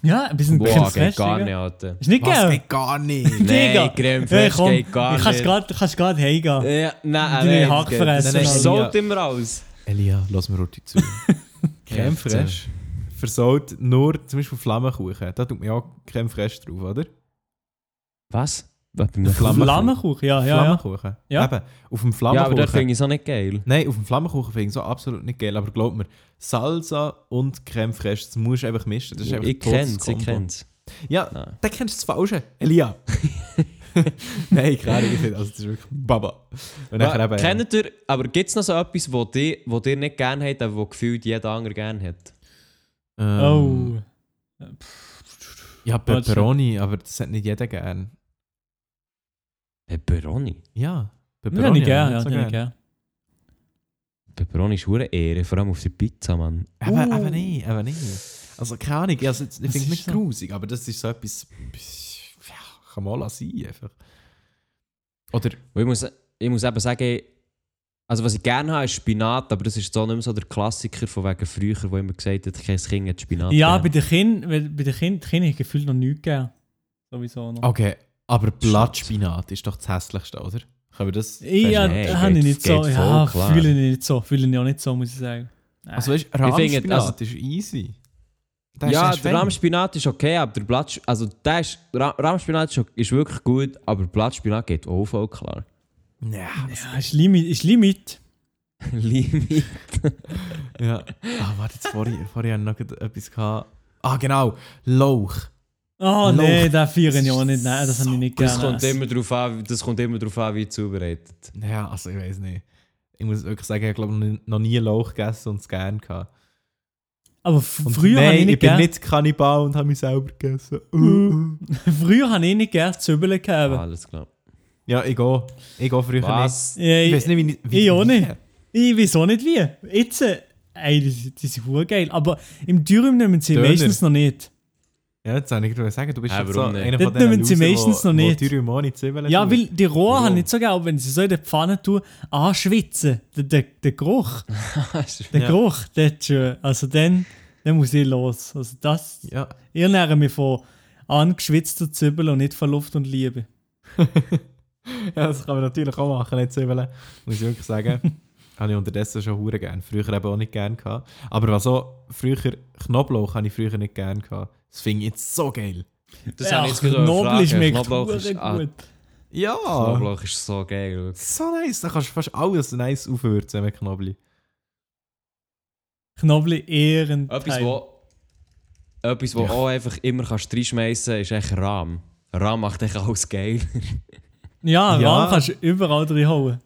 Ja, ein bisschen Boah, geht Creme-Fraiche, gar Digga. nicht, Alter. Ist nicht Was geil? geht gar nicht? [laughs] Digga. Nein, Creme Hey, Fraiche komm, geht gar ich kann's nicht. Äh, grad, kannst gerade heimgehen. Ja, nein, Deine nein. Hackfresse. Das ist Nein, so nein. immer raus. Elia, lass mir heute [laughs] zu. Creme Ja, eh, fraiche versaut nur zum Beispiel Flammenkuchen. Da tut man ja auch Creme fraiche drauf, Ah, oder? Was? Was bei Flammenkuchen, ja, ja, ja. Flammenkuchen. Ja. Eben, auf dem Ja, aber Flammenkuchen. das finde ich so nicht geil. Nein, auf dem Flammenkuchen finde ich so absolut nicht geil, aber glaub mir, Salsa und Creme fraiche, das musst du einfach mischen. Das ist einfach Ich ein totes kenne es, ich Kombo. kenne es. Ja, Nein. da kennst du das Falsche, Elia. Nein, keine Ahnung, ich finde, also das ist wirklich Baba. Und nachher eben, Kennt ihr, aber gibt es noch so etwas, wo die- wo ihr nicht gerne habt, aber wo gefühlt jeder andere gerne hat? ähm, Oh. Ja, Pepperoni, aber das hat nicht jeder gern. Pepperoni. Ja, Den hab ich gern, ja, nicht so den hab ich gern. gern. Pepperoni ist hure Ehre, vor allem auf der Pizza, Mann. Eben, eben nicht, eben nicht. Also keine Ahnung, also, ich finde es ist nicht so? grusig, aber das ist so etwas, ja, kann mal sein einfach. Oder Und ich muss, ich muss eben sagen, also was ich gerne habe, ist Spinat, aber das ist so nicht mehr so der Klassiker von wegen früher, wo immer gesagt hat, kein Kind hat Spinat. Ja, bei gerne. den Kindern, weil bei den Kindern, die Kinder haben gefühlt noch nichts gegeben. Sowieso Oh, noch. Okay, aber Blattspinat ist doch das hässlichste, oder? Können wir das... Ich, ja, Nee, habe ich geht- nicht so. geht Ja, voll klar. fühle ich nicht so. Fühle ich auch nicht so, muss ich sagen. Also weißt du, finde, Rahmspinat also- ist easy. Der ist Ja, echt der fein. Rahmspinat ist okay, aber der Blatt, also der ist, Ra- Rahmspinat ist, ist wirklich gut, aber Blattspinat geht auch voll klar. [laughs] Ja, ja, ist Limit. Ist Limit. Limi. [laughs] ja. Ah, warte, jetzt vorhin, vorhin hatte ich noch gerade etwas. Gehabt. Ah, genau, Lauch. Loch. Oh nee, den feiere ich auch ist nicht. Nein, das habe ich nicht Das gerne. kommt, immer drauf an, das kommt immer darauf an, wie zubereitet. Ja, also ich weiß nicht. Ich muss wirklich sagen, ich glaube noch nie Lauch gegessen und es gern gehabt. Aber f- Und früher habe nein, ich nicht bin gerne. nicht Kannibal und habe mich selber gegessen. Uh, uh. Früher habe ich nicht gerne Zwiebeln gegeben. Ah, Alles klar. Ja, ich gehe. Ich gehe früher nicht. Was? [laughs] Ja, Ich weiß nicht, wie wie- Ich auch wie- nicht. Ich weiß auch nicht wie. Jetzt, äh, ey, die, die sind hure geil. Aber im Dürüm nehmen sie Döner. meistens noch nicht. Ja, jetzt wollte ich gerade sagen, du bist Hä, doch so warum nicht? einer Das von denen nehmen sie Loser, meistens wo, noch nicht. Wo die Romani Zwiebeln Ja, tut. weil die Rohe Warum? habe ich nicht so gerne, aber wenn sie so in der Pfanne tun, anschwitzen, der, der, der Geruch, der Ja. Geruch, der ist schön. Also dann, dann muss ich los. Also das, Ja. ich ernähre mich von angeschwitzter Zwiebeln und nicht von Luft und Liebe. ja, das kann man natürlich auch machen, nicht Zwiebeln. Muss ich wirklich sagen. habe ich unterdessen schon hure gern. Früher eben auch nicht gern gehabt. Aber was auch, früher Knoblauch habe ich früher nicht gern gehabt. Das finde ich jetzt so geil. Das habe ich jetzt gerade Knoblauch fragen. schmeckt Knoblauch ist, hure ah, gut. Ja! Knoblauch ist so geil. So nice, da kannst du fast alles nice aufwürzen mit Knobli. Knoblauch ehren. Etwas, wo, etwas, wo auch einfach immer kannst reinschmeissen kannst, ist echt Rahm. Rahm macht echt alles geil. [laughs] Ja, Ja. Rahm kannst du überall reinhauen.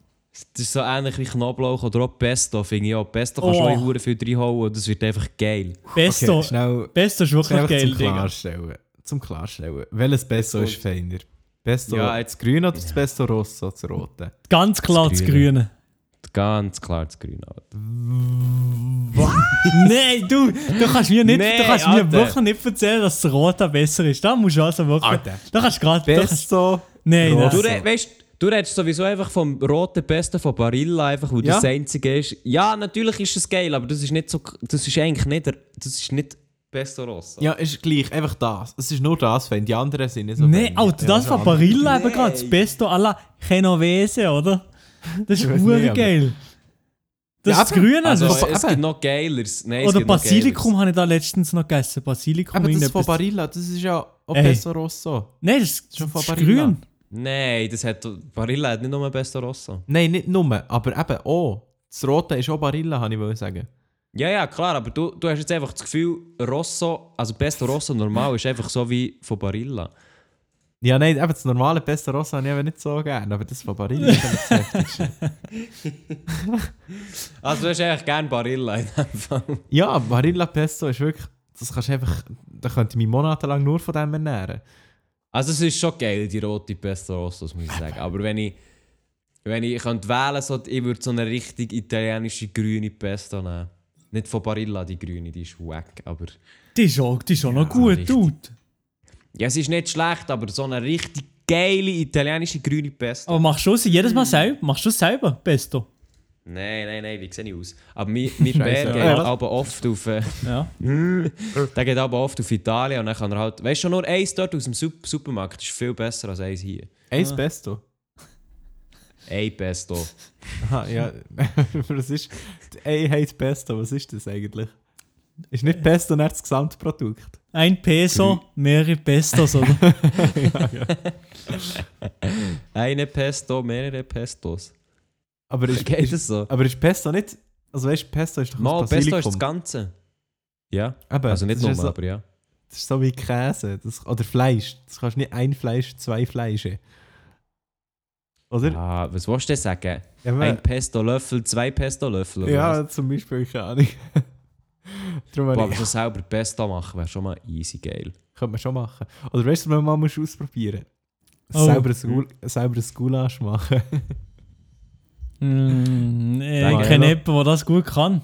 Das ist so ähnlich wie Knoblauch oder auch Pesto, finde ich auch. Pesto kannst du Oh. auch in hure viel reinhauen und das wird einfach geil. Pesto, schnell, Pesto ist schnell wirklich zum geil, Digga. Klarstellen. Zum Klarstellen. Welches Pesto Gut. ist feiner? Pesto Ja, ja, jetzt- jetzt grün oder das Pesto Rosso, das [laughs] rote? Ganz klar Das das Grüne. Grüne. Ganz klar das Grün. [laughs] Nein, du, du kannst mir nicht, Nein, du kannst Alter. mir wirklich nicht erzählen, dass das Rote besser ist. Da musst du also wirklich. Alter. Da kannst du gerade. da kannst- Pesto? Nein, Du, nein. Rote. re weißt, du redest sowieso einfach vom roten Pesto von Barilla, einfach, weil Ja. das das einzige ist. Ja, natürlich ist es geil, aber das ist nicht so. Das ist eigentlich nicht. Der, das ist nicht Pesto Rosso. Ja, ist gleich, einfach das. Es ist nur das fein, die anderen sind nicht so Nein, fein. Alter, Ja, das schon war Barilla Nein. eben gerade. Das Beste aller Genovese, oder? Das ist Ich weiß nicht, hure aber- geil. Das Ja, ist das eben. Grüne. Also, das ist- es eben. gibt noch Geileres. Nein, es oder gibt noch Oh, Basilikum habe ich da letztens noch gegessen. Basilikum Aber das irgendetwas. ist von Barilla, das ist ja auch Ey. Pesto Rosso. Nein, das ist, Schon das von ist Barilla. grün. Nein, das hat, Barilla hat nicht nur Pesto Rosso. Nein, nicht nur, aber eben auch. Das rote ist auch Barilla, habe ich wollen sagen. Ja, ja, klar, aber du, du hast jetzt einfach das Gefühl, Rosso, also Pesto Rosso normal ist einfach so wie von Barilla. Ja, nein, eben das normale Pesto Rosso habe ich eben nicht so gerne, aber das von Barilla ist eben das [laughs] heftigste. Also du hast eigentlich gerne Barilla in dem Fall. Ja, Barilla Pesto ist wirklich. Das kannst du einfach. Da könnte ich mich monatelang nur von dem ernähren. Also es ist schon geil, die rote Pesto Rosso, das muss ich sagen. Aber wenn ich, wenn ich könnte wählen könnte, ich würde so eine richtig italienische grüne Pesto nehmen. Nicht von Barilla, die grüne, die ist wack, aber... Die ist auch, die ist auch noch richtig. gut, Dude. Ja, es ist nicht schlecht, aber so eine richtig geile italienische grüne Pesto. Aber machst du sie jedes Mal selber? Machst du es selber, Pesto? Nein, nein, nein, wie sehe ich aus? Aber mein, mein Bär Scheisse. geht Ja. aber oft auf... äh, [laughs] Ja. Der geht aber oft auf Italien und dann kann er halt. Weißt du, schon nur eins dort aus dem Sup- Supermarkt ist viel besser als eins hier. Eins Pesto. Ein Pesto. [laughs] Aha, ja. [laughs] was ist. die Einheit Pesto, was ist das eigentlich? Ist nicht Pesto nicht das Gesamtprodukt? [laughs] Ein Peso, mehrere Pestos, oder? Eine Pesto, mehrere Pestos. [laughs] Aber ist, Geht ist, das so? aber ist Pesto nicht. Also weißt du, Pesto ist doch Mal, aus Pesto Basilikum. ist das Ganze. Ja. Eben, Also nicht das nur, ist so, aber ja. Das ist so wie Käse das, oder Fleisch. Das kannst du nicht ein Fleisch, zwei Fleische. Oder? Ah, was willst du denn sagen? Ja, aber- Ein Pesto-Löffel, zwei Pesto-Löffel. oder was? Ja, zum Beispiel, keine Ahnung. [laughs] Darum Boah, habe aber ich, so selber Pesto machen wäre schon mal easy geil. könnte man schon machen. Oder weißt du, was man mal muss ausprobieren Oh. Selber ein Gul- selber ein Gulasch machen. Mm, Danke. ich kenne jemanden, der das gut kann.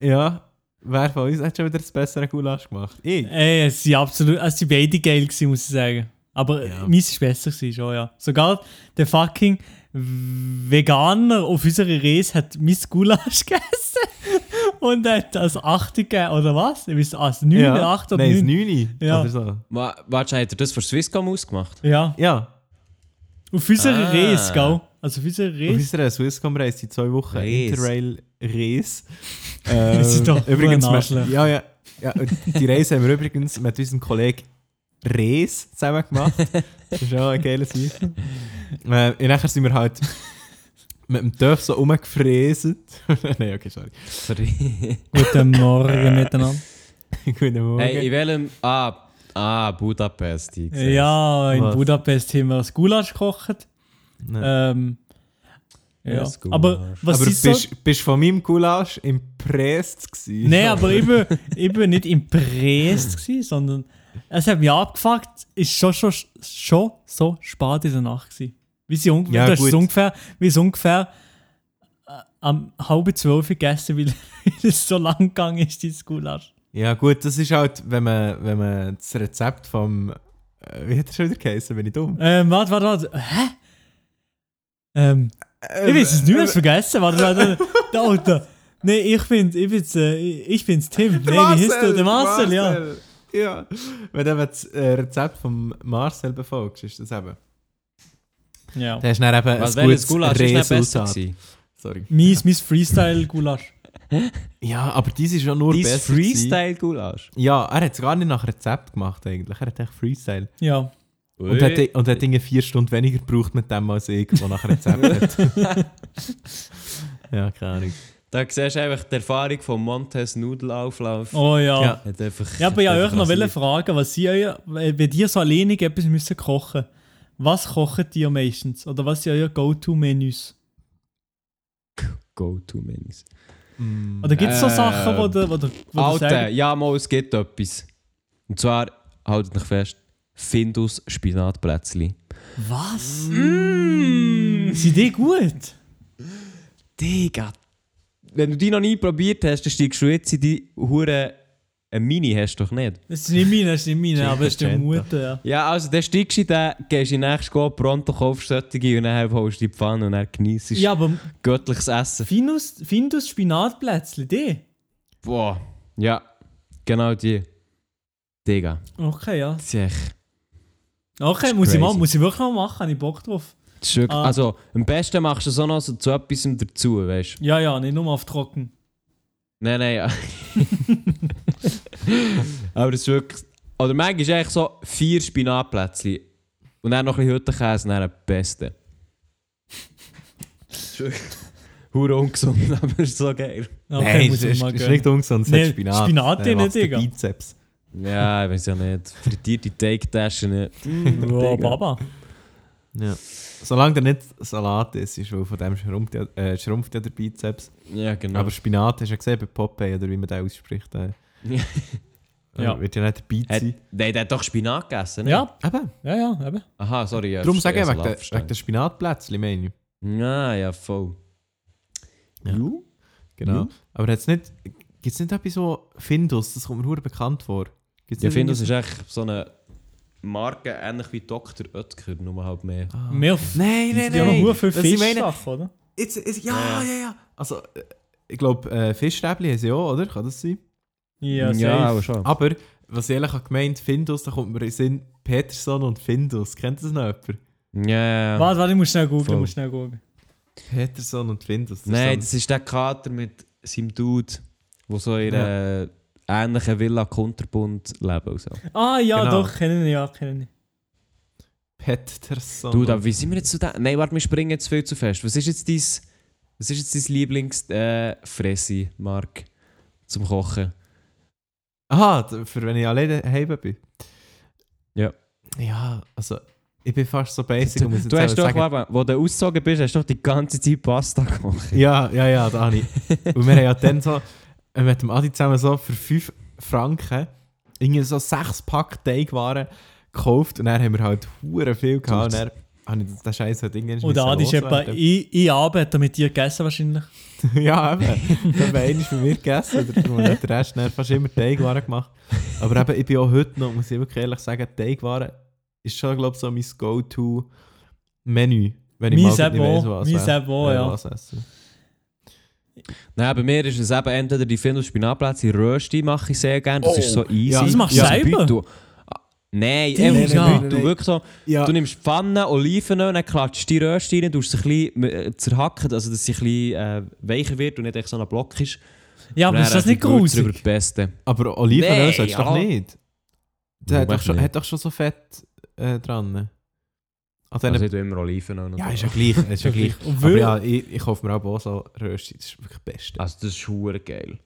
ja, wer von uns hat schon wieder das bessere Gulasch gemacht? Ich? Ey, es sind absolut, es sind beide geil gewesen, muss ich sagen. Aber Ja. ja. meins war besser, gewesen, schon, ja. Sogar der fucking Veganer auf unserer Reise hat mein Gulasch [laughs] gegessen und hat als 8 gegeben, oder was? Ich weiß, als 9, Ja. 8 oder Nein, das 9. Neuni Ja. oder so. Wa- Warte, hat er das für Swisscom ausgemacht? Ja, Ja, auf unserer Ah. Reise, gell? Also auf unserer auf Reise. unserer Swisscom-Reise in zwei Wochen Reis. [laughs] Interrail-Reise. Das ist doch übrigens, ein wir, Arschloch. ja, ja, ja, und die Reise haben wir übrigens mit unserem Kollegen Rees zusammen gemacht. Das ist auch ein geiles Weichen. Äh, und nachher sind wir halt mit dem Dörf so rumgefräset. [laughs] Nein, okay, sorry. Sorry. Guten Morgen miteinander. Guten Morgen. hey, in welchem. Ah, ah Budapest. ich seh's. Ja, in Was? Budapest haben wir das Gulasch gekocht. Nein. Ähm, Ja, ja. das Gulasch. Aber was aber ist so? bist, bist von meinem Gulasch impressed gewesen? Nein, aber [laughs] ich bin, ich bin nicht impressed, gewesen, sondern es hat mich abgefuckt, ist schon, schon, schon so spät in der Nacht. Gewesen. Wie sie ungefähr, Ja, das ist gut. ungefähr, wie es ungefähr äh, am halb zwölf gegessen, weil [laughs] es so lang gegangen ist, dieses Gulasch. Ja gut, das ist halt, wenn man, wenn man das Rezept vom... äh, Wie hat das schon wieder geheißen? Bin ich dumm? Ähm, warte, warte, warte. Hä? Ähm, ich weiß es nicht mehr, ich hab's vergessen. Warte, warte. Der Alter. Nee, ich bin, ich bin's, äh, ich bin's Tim. Nee, wie hieß der? Der Marcel, ja. ja. Ja. Wenn du eben das äh, Rezept vom Marcel befolgst, ist das eben. ja. Der ist dann eben Was ein wäre das gutes Gulasch? Ist nicht besser Resultat. gewesen? Sorry. Mies, mies Freestyle-Gulasch. Ja, aber dies ist ja nur Dein besser gewesen. Freestyle-Gulasch. Ja, er hat es gar nicht nach Rezept gemacht eigentlich. Er hat echt Freestyle. Ja. Und hat, und hat Dinge vier Stunden weniger gebraucht mit dem als ich, der nach [laughs] Rezept hat. [laughs] ja, keine Ahnung. Da siehst du einfach die Erfahrung vom Montes Nudelauflauf. Oh ja. Ja. Ja, Hat einfach, aber ich hat wollte euch einfach noch rasiert. fragen, was sie euer, wenn ihr so alleinig etwas müssen kochen was kocht ihr meistens? Oder was sind euer Go-To-Menüs? Go-To-Menüs. Mm. Oder gibt es so Äh, Sachen, wo du, wo du, wo du Alter, sagst, ja, mal, es gibt etwas. Und zwar, haltet mich fest, Findus Spinatplätzli. was? Sind die gut? Digga. Wenn du die noch nie probiert hast, dann steigst du jetzt in die Hure. Ein Mini hast du doch nicht. Das ist nicht meine, das ist nicht meine, aber es ist der Genta. Mutter, ja. Ja, also dann steigst du in den, gehst in den nächsten Go, pronto kaufst solche und dann holst du die Pfanne und dann genießt Ja, aber göttliches Essen. Finus, Findus Spinatplätzli, die? Boah. Ja, genau die. Digga. Okay, ja. Das ist echt- Okay, ist muss ich, mal, crazy. muss ich wirklich mal machen, habe ich Bock drauf. das ist wirklich- Ah. Also, am besten machst du so noch so zu etwas dazu, weißt du? Ja, ja, nicht nur auf trocken. Nein, nein, [laughs] ja. Aber das ist wirklich. Oder manchmal ist eigentlich so vier Spinatplätzchen. Und dann noch ein bisschen Hüttenkäse und dann der Beste. Hure ungesund, [laughs] aber ist so geil. Okay, Nein, muss es ich ist, mal ist gönnen. nicht ungesund, es Nee, hat Spinat. Spinat Dann nicht, macht's den Digga. Bizeps. Ja, ich weiß ja nicht. Frittierte Teigtaschen. [laughs] Ja, um Digga. Baba. Ja. Solange der nicht Salat ist, ist weil von dem schrumpft ja, äh, schrumpft ja der Bizeps. Ja, genau. Aber Spinat hast du ja gesehen bei Popeye, oder wie man den ausspricht. [laughs] Äh, Ja. Ja. Wird ja nicht der Beiz hat, sein. nein, der hat doch Spinat gegessen. ne? Ja, Eben. ja, ja, eben. Aha, sorry. Ja, Darum verstehe, sage ich wegen Salat der, verstehe wegen der Spinatplätzchen, meine ich. ich. Ja, ja, voll. Ja. Ju? Genau. Mhm. Aber hat's nicht, gibt es nicht etwas so Findus? Das kommt mir verdammt bekannt vor. Gibt's Ja, nicht finde, das irgendwie- ist dus echt so eine Marke, ähnlich wie Dr. Oetker, nur halt mehr. Ah. Mehr auf. Nein, Die nein, nein. haben noch nur für Was ich meine, Fischsachen, oder? jetzt, jetzt, ja, Ja, ja. ja, ja. Also, äh, ich glaube, äh, Fischstäbli haben sie auch, oder? Kann das sein? Ja, ja safe. Ah. aber schon. Aber, was ich ehrlich habe gemeint, Findus, da kommt mir in den Sinn Peterson und Findus. Kennt das noch jemand? Ja, ja, ja. Warte, warte, ich muss schnell googeln, Voll. ich muss schnell googeln. Peterson und Findus. das ist Nein, so das ist der Kater mit seinem Dude, der so in einer ähnlichen Villa Kunterbund lebt. Also. Ah, ja, Genau. doch, kennen ich, ja, kennen ich. ein Peterson. Dude, aber wie sind wir jetzt zu dem? Nein, warte, wir springen jetzt viel zu fest. Was ist jetzt dein, was ist jetzt dein Lieblings äh, Fressi, Mark, zum Kochen? Aha, d- für wenn ich alleine heim bin. Ja. Ja, also, ich bin fast so basic. Du, muss jetzt du hast selber doch, sagen. warte, wo du ausgezogen bist, hast du doch die ganze Zeit Pasta gekocht. Ja, ja, ja, da [laughs] habe ich. Und wir haben ja dann so äh, mit dem Adi zusammen so für 5 Franken irgendwie so 6 Pack Teigwaren gekauft und dann haben wir halt hure viel gehabt. Und dann habe ich den Scheiß halt irgendwann Und Oh, Adi ist etwa loswerden. ein ein Arbeiter mit dir gegessen wahrscheinlich. [laughs] Ja, eben. Dann haben wir einmal bei mir gegessen. Oder man hat den Rest dann fast immer Teigwaren gemacht. Aber eben, ich bin auch heute noch, muss ich wirklich ehrlich sagen, Teigwaren ist schon, glaube ich, so mein Go-To-Menü, wenn ich Mein mal grad nicht Sepp weiss, auch. was, Mein ess- Sepp auch, äh, ja. was essen. Nein, bei mir ist es eben entweder die Findelspinatplätze, die Rösti mache ich sehr gerne, das Oh, ist so easy. ja. Das machst du Also selber? Büt, du- Ah, Nein, Digga. einfach so Nein, nein, Büt, nein. du wirklich so, Ja. du nimmst Pfanne, Olivenöl, dann klatschst du die Rösti rein, tust sie ein bisschen äh, zerhacken, also dass sie ein bisschen äh, weicher wird und nicht echt so ein Block ist. Ja, aber Dann ist das einfach nicht die Gewürze drüber das grusig? Beste. Aber Olivenöl Nee, sollst du ja. doch nicht. Der hat Warum doch, schon, nicht? hat doch schon so Fett äh, dran. An diesen- Also nicht immer Olivenöl. und ja, so. ist ja gleich. Ist ja gleich. Und Aber [laughs] weil- Ah. ja, ich, ich kaufe mir auch Bosa Rösti, das ist wirklich das Beste. Also das ist schwer geil.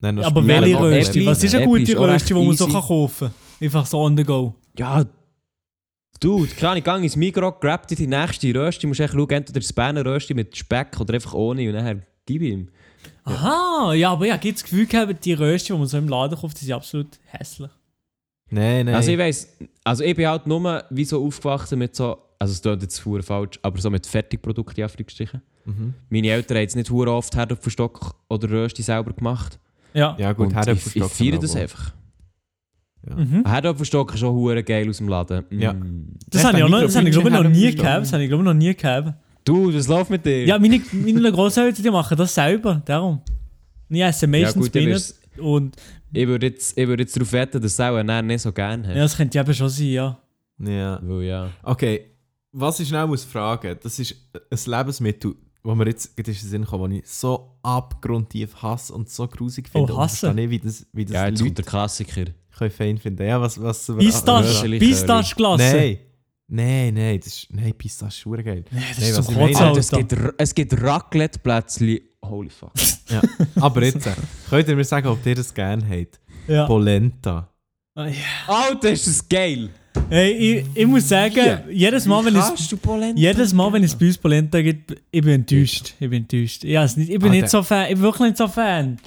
Nein, noch Aber Spinat- welche Melon- Rösti? Melon- Was ist eine Melon- gute Melon- Rösti, die man so easy. kann kaufen kann? Einfach so on the go. Ja, dude, keine Ahnung, gang ins Migros, grab dir die nächste Rösti, musst echt schauen, entweder das Berner Rösti mit Speck oder einfach ohne und dann gib ihm. Aha, ja, aber ja, gibt das Gefühl gehabt, die Rösti, die man so im Laden kauft, die sind absolut hässlich. Nein, nein. Also ich weiss, also ich bin halt nur wie so aufgewachsen mit so, also es klingt jetzt verdammt falsch, aber so mit Fertigprodukten in Anführungsstrichen. mhm. Meine Eltern haben jetzt nicht verdammt oft Herdöpfelstock oder Rösti selber gemacht. Ja. Ja gut, und Herdöpfel ich, ich stockt feiere man das aber. einfach. Mhm. Herdöpfelstock ist auch verdammt geil aus dem Laden. Mm. Ja. Das Hast habe ich, du auch noch- das habe ich, glaube ich, noch nie Mikrofilmchen gehabt. Das habe ich, glaube ich, noch nie gehabt. Du, das läuft mit dir. Ja, meine, meine Großeltern die machen das selber, darum. Ich esse meistens gut, dann Peanuts wirst- und Ich würde jetzt, ich würd jetzt darauf wetten, dass du auch einen nicht so gerne hast. ja, das könnte ja eben schon sein, ja. Ja. Weil ja. Okay, was ich schnell muss fragen, das ist ein Lebensmittel, wo mir jetzt gerade ist in den Sinn gekommen, das ich so abgrundtief hasse und so grusig finde. Oh, hassen? Und verstehe nicht, wie das, wie das Ja, jetzt Leute kommt der Klassiker. können fein finden. Ja, was... was Pistache, Röhrchen, Pistache-Klasse. Nein. Nein, nein, das ist... Nein, Pistache ist verdammt geil. Nein, das ist zum ich meine- Kotzen. es, Alter. gibt, R- es gibt Raclette-Plätzchen. Holy fuck. Ja. Aber jetzt, äh, könnt ihr mir sagen, ob ihr das gerne habt? Ja. Polenta. Ah, ja. Alter, ist das geil! Hey, ich, ich muss sagen, jedes Mal, wenn es du Polenta? jedes Mal, wenn es bei uns Polenta gibt, ich bin enttäuscht. Ich bin enttäuscht. Ja, es nicht, ich bin Ah, nicht der- so Fan. Ich bin wirklich nicht so Fan.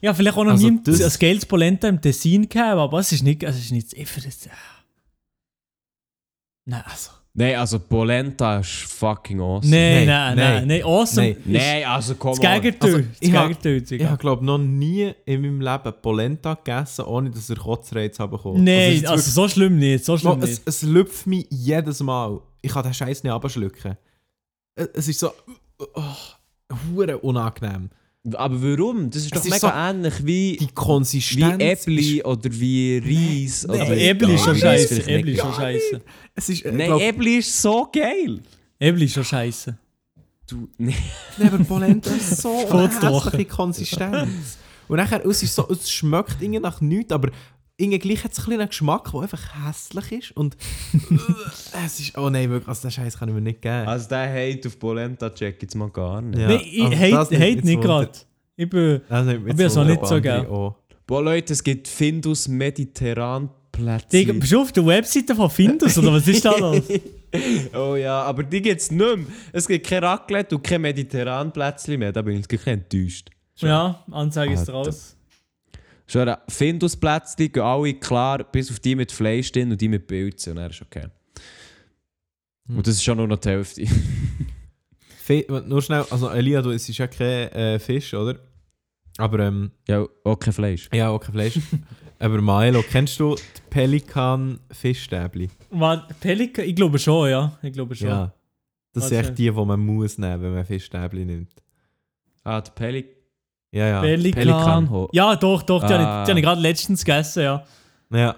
Ja, vielleicht auch noch Also nie das- das, ein geiles Polenta im Tessin gehabt, aber es ist nicht, es ist nicht, ich finde es, ah. Nein, also. Nein, also Polenta ist fucking awesome. Nein, Nein, nein, nein, nein. nein. Awesome. Nein. Nein, also komm Das Gegenteil. Also, das ich hab- Gegenteil. Ich Digga. habe, glaube noch nie in meinem Leben Polenta gegessen, ohne dass ich Kotzreiz habe bekommen. es Nein, ist also, so schlimm nicht. So schlimm wirklich- es, nicht. es lüpft mich jedes Mal. Ich kann den Scheiß nicht abschlucken. Äh, Es ist so... Oh, hure unangenehm. Aber warum? Das ist Es doch ist mega so- ähnlich wie, Die wie Konsistenz ist... Äppli oder wie Reis. Nein, oder Aber Ebel ist schon Reis scheiße. vielleicht Ebel nicht. ist schon scheiße. Es ist... äh, Nein, glaub, Äppli ist so geil! Ebel ist schon scheiße. Du, nee. Nein, aber Polenta ist so [laughs] eine Voll's doch. hässliche Konsistenz. Und nachher, es, ist so, es schmeckt irgendwie nach nichts, aber irgendwie gleich hat es ein bisschen einen Geschmack, der einfach hässlich ist. Und es ist, oh nein, wirklich, also den Scheiß kann ich mir nicht geben. Also der Hate auf Polenta check jetzt mal gar nicht. Ja, Nein, ich also das hate, nimmt hate mich nicht zu Wunder. gerade. Ich bin. Das nimmt mich Aber ich zu hab's noch Wunder, nicht so ob gern. andere auch. Boah Leute, es gibt Findus Mediterran Digga, Plätzchen. bist du auf der Webseite von Findus oder was ist da los? Oh ja, aber die gibt es nicht mehr. Es gibt kein Raclette und kein mediterran Plätzchen mehr. Da bin ich jetzt gleich enttäuscht. ja, Anzeige ist raus. Schon Findus Plätzchen gehen alle klar, bis auf die mit Fleisch drin und die mit Pilzen. Und dann ist okay. Hm. Und das ist schon nur noch die Hälfte. [laughs] Fe- Nur schnell, also Elia, du isst ja kein äh, Fisch, oder? Aber, ähm, ja, auch kein Fleisch. ja, auch kein [laughs] Fleisch. aber Maelo, kennst du die Pelikan-Fischstäbli? War Pelikan? Ich glaube schon, ja. Ich glaube schon. Ja. Das sind Also- echt die, die man muss nehmen, wenn man Fischstäbli nimmt. Ah, die Pelik Ja, ja. Pelikan. Pelikan. Ja, doch, doch, die Ah. habe ich, die habe ich gerade letztens gegessen, ja. Ja,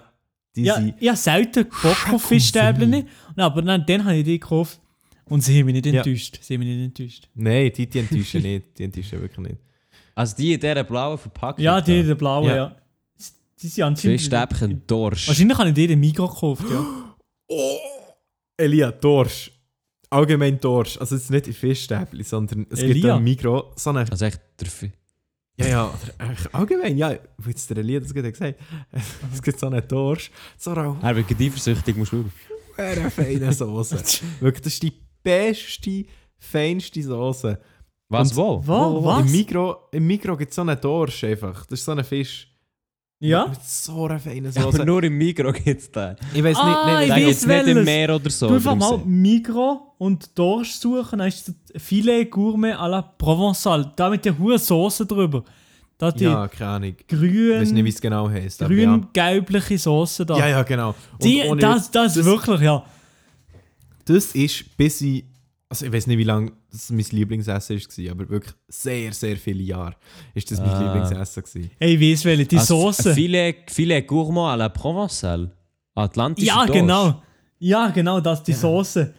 die Ja, sind. ich habe selten Bock auf Fischstäbchen, aber dann, dann habe ich die gekauft und sie haben mich nicht Ja. enttäuscht. Sie haben mich nicht enttäuscht. Nein, die, die enttäuschen nicht. Die enttäuschen wirklich nicht. Also die in dieser blauen Verpackung. Ja, die, der blaue, ja. Ja. Die sind anscheinend... Zwei Stäbchen Dorsch. Wahrscheinlich habe ich die in Migros gekauft, ja. [laughs] Elia, Dorsch. Allgemein Dorsch. Also jetzt nicht in Fischstäbli, sondern es gibt Elia. im Mikro so eine. Also echt der Fi- Ja, ja, oder eigentlich allgemein, ja. Wo jetzt der Elia das gerade gesagt [laughs] hat. Es gibt so einen Dorsch. So eine Er wird gerade eifersüchtig, musst du schauen. hure feine [laughs] Soße. Wirklich, das ist die beste, feinste Soße. Was, Und- wo? Wo? Was? Im Mikro, im Mikro gibt es so einen Dorsch einfach. Das ist so ein Fisch. Ja? Mit so einer feinen Ja, Soße. aber nur im Migros gibt es den. ich weiß nicht, Ah, ich Den nicht, weiss gibt es nicht im welches. Meer oder so. Du einfach dus, oder im mal eh. See. Migros und Dorsch suchen, dann ist das Filet Gourmet à la Provençal. Da mit der hohen Soße drüber. Da die Ja, keine Ahnung. Ich weiß nicht, wie grün, es genau heisst. aber ja. grün-gelbliche Soße da. Ja, ja, genau. Und Die, ohne das, das, das- wirklich, ja. Das ist bis ich. Also ich weiß nicht, wie lange das mein Lieblingsessen war, aber wirklich sehr, sehr viele Jahre ist das mein Ah. Lieblingsessen. Gewesen. Ey, ich weiß welche, die Soße. Filet, Filet Gourmand à la Provençal. Atlantische Ja, Toast. genau. Ja, genau, das, die Soße.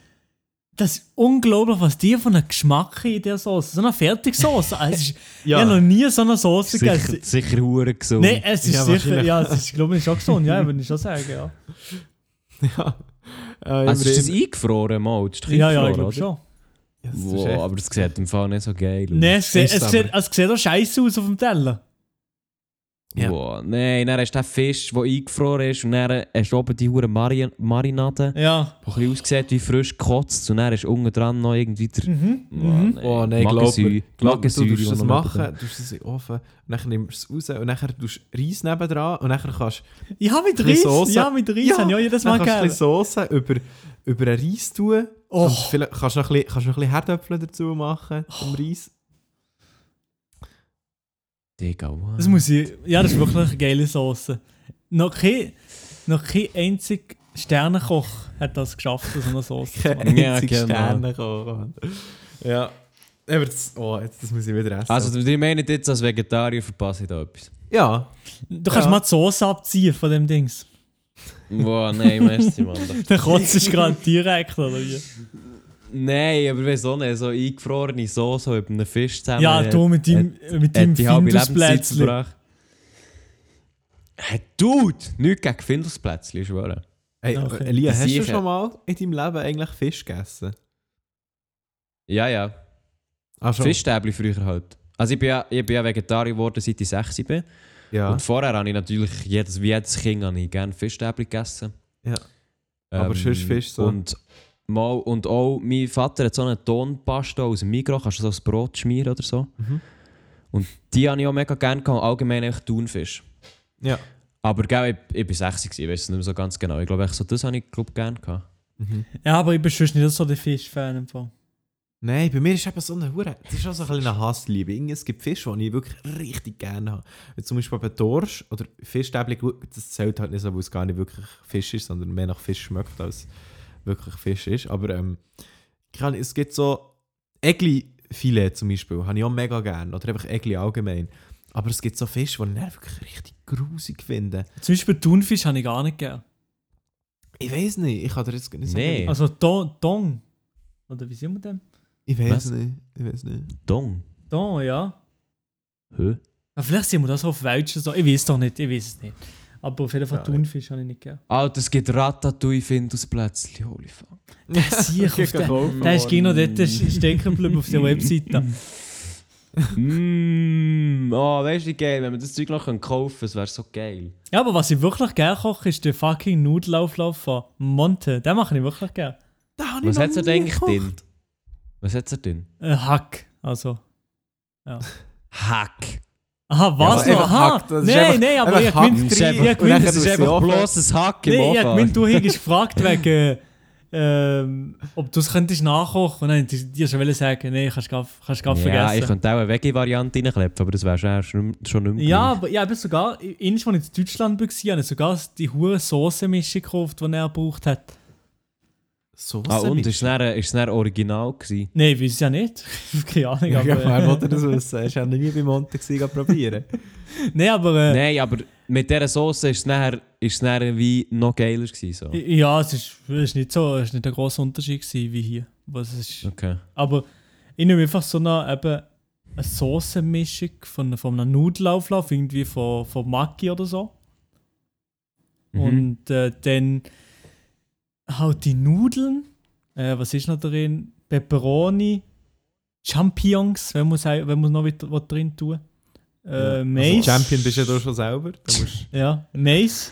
Das ist unglaublich, was die von einem Geschmack in der Soße. So [laughs] eine Fertigsoße. Also, es ist, Ja. Ich habe noch nie so eine Soße Sicher, gegessen. sicher hure gesund. Nein, es ist Ja, sicher, wahrscheinlich. ja, es ist, glaube ich, schon gesund, ja, würde ich schon sagen, ja. Ja. Äh, also ist das im- eingefroren, mal? Das ist Ja, ja, eingefroren, ich glaube oder? schon. Ja, das ist Wow, echt- aber das sieht im Fall nicht so geil aus. Nein, es, sieht- Ist es, aber- sieht- es sieht doch scheiße aus auf dem Teller. Ja. Wow, nou, nein, dann hast du den Fisch, der eingefroren ist und dann hast du oben die hure Mari Marinade, Ja. die ein bisschen aussieht wie frisch gekotzt und dann ist unten dran noch irgendwie der... Mhm. mhm. äh, Oh nein, glaub mir. Magensäure. Glaub, mir, Magensäure, du tust die das noch machen, du tust es in den Ofen, dann nimmst du es raus und dann tust du Reis nebendran und dann kannst Ja, mit du ein bisschen Reis. Ja, mit Reis. Ja, ja jedes Mal dann kannst du ein bisschen gegeben. Soße über, über den Reis tun. Oh. Und vielleicht kannst du noch ein bisschen, kannst du noch ein bisschen Herdöpfel dazu machen, zum Reis. Digga, wow. Das muss ich. Ja, das ist wirklich eine geile Sauce. Noch kein, noch kein einzig Sternenkoch hat das geschafft, so eine Sauce zu machen. Ja, [laughs] einzig genau. Sterne kommen. Ja. Aber das, oh, jetzt, das muss ich wieder essen. also, die meinen jetzt, als Vegetarier verpasse ich da etwas. ja. Du kannst Ja. mal die Sauce abziehen von dem Dings. Wow, nein, merci, Mann. Der Kotz ist gerade direkt, oder wie? Nein, aber weißt du nicht, so eingefrorene Soße die mit einem Fisch zusammen. Ja, du mit deinem, mit deinem hat die halbe Lebenszeit Findusplätzchen. verbracht. Hey, Dude, nichts gegen Findelsplätzchen, ich schwöre. Hey, Okay. Elia, hast du Sicher. schon mal in deinem Leben eigentlich Fisch gegessen? Ja, ja. Ah, schon? Fischstäbli früher halt. Also ich bin ja, ich bin ja Vegetarier geworden, seit ich 6 bin. Ja. Und vorher habe ich natürlich, jedes, wie jedes Kind, habe ich gerne Fischstäbli gegessen. Ähm, Ja. Aber sonst Fisch so. Und, mal, und auch mein Vater hat so eine Tonpasta aus dem Mikro, kannst du so aufs Brot schmieren oder so. Mhm. Und die habe ich auch mega gerne gehabt, allgemein echt Thunfisch. Ja. Aber gell, ich, ich bin 60, gewesen, ich weiß es nicht mehr so ganz genau. Ich glaube, echt so, das habe ich glaub, gerne gehabt. Mhm. Ja, aber ich bin sonst nicht so der Fisch-Fan. im Fall. Nein, bei mir ist eben so eine Hure. Das ist auch so ein bisschen eine Hassliebe. Irgendwie, Es gibt Fische, die ich wirklich richtig gerne habe. Wenn zum Beispiel eben Dorsch oder Fischstäbli, gut, das zählt halt nicht so, weil es gar nicht wirklich Fisch ist, sondern mehr nach Fisch schmeckt, als wirklich Fisch ist. Aber ähm, kann, es gibt so Egli-Filet zum Beispiel, habe ich auch mega gerne. Oder einfach Egli allgemein. Aber es gibt so Fische, die ich dann wirklich richtig grusig finde. Zum Beispiel Thunfisch habe ich gar nicht gern. Ich weiß nicht, ich kann dir jetzt nicht sagen. Nee. Also Don. Don. Oder wie sind wir denn? Ich weiß Was? nicht, ich weiß nicht. Dong. Don, ja. Hä? Ja, vielleicht sind wir das auf Welsch so. Ich weiß doch nicht, ich weiß es nicht. Aber auf jeden Fall Ja, Thunfisch habe ich [laughs] nicht gegeben. Alter, es gibt Ratatouille, Findelsplätzchen, holy fuck. Sieh auf den. Verkaufen Der ist worden. [laughs] genau dort stecken geblieben auf der Webseite. Mmm, oh, weißt du, wie geil, wenn wir das Zeug noch kaufen können, es wäre so geil. Ja, aber was ich wirklich gerne koche, ist der fucking Nudelauflauf von Monte. Den mache ich wirklich gerne. Da hab ich Was noch hat er nie denn eigentlich gekocht. drin? Was hat er denn? Äh, Hack, also. Hack! Aha, was Ja, aber noch? einfach Aha! Hack, das ist nein, einfach- nein, aber ich einfach habe Hack gemeint, Es ist ich drin. einfach, habe Und dann gemeint, es ist kannst du einfach sie bloßes Hack im Nein, ich habe gemeint, Ofen. du hättest gefragt wegen, [laughs] ähm, ob du es könntest nachkochen. Und dann hätte ich dir schon wollen sagen, nein, kannst du gar, kannst gar Ja, ich vergessen. könnte auch eine Veggie-Variante reinkleppen, aber das wäre schon, schon- schon nicht mehr Ja, gleich. aber ja, eben sogar, eines, als ich in Deutschland war, habe ich sogar die hohe Soßenmischung gekauft, die er gebraucht hat. So Ah, was und? mit- Ist es dann, ist es dann original gewesen? Nein, weiß ich ja nicht. [laughs] Keine Ahnung. Ja, [laughs] aber, wer wollte das wissen? Er war ja nie bei Monte, gewesen, geh [laughs] probieren. Nein, aber. Äh, Nein, aber mit dieser Soße ist es nachher, ist es nachher wie noch geiler gewesen. So. Ja, es ist, es ist nicht so, es ist nicht ein grosser Unterschied gewesen wie hier. Was es ist. Okay. Aber ich nehme einfach so eine, eben eine Soßenmischung von, von einem Nudelauflauf, irgendwie von, von Maggi oder so. Mhm. Und äh, dann halt die Nudeln. Äh, was ist noch drin? Pepperoni, Champignons, wenn man, sei- wenn man noch wieder was drin tun. Äh, Mais. Also Champion bist ja du schon selber. Du musst ja, Mais,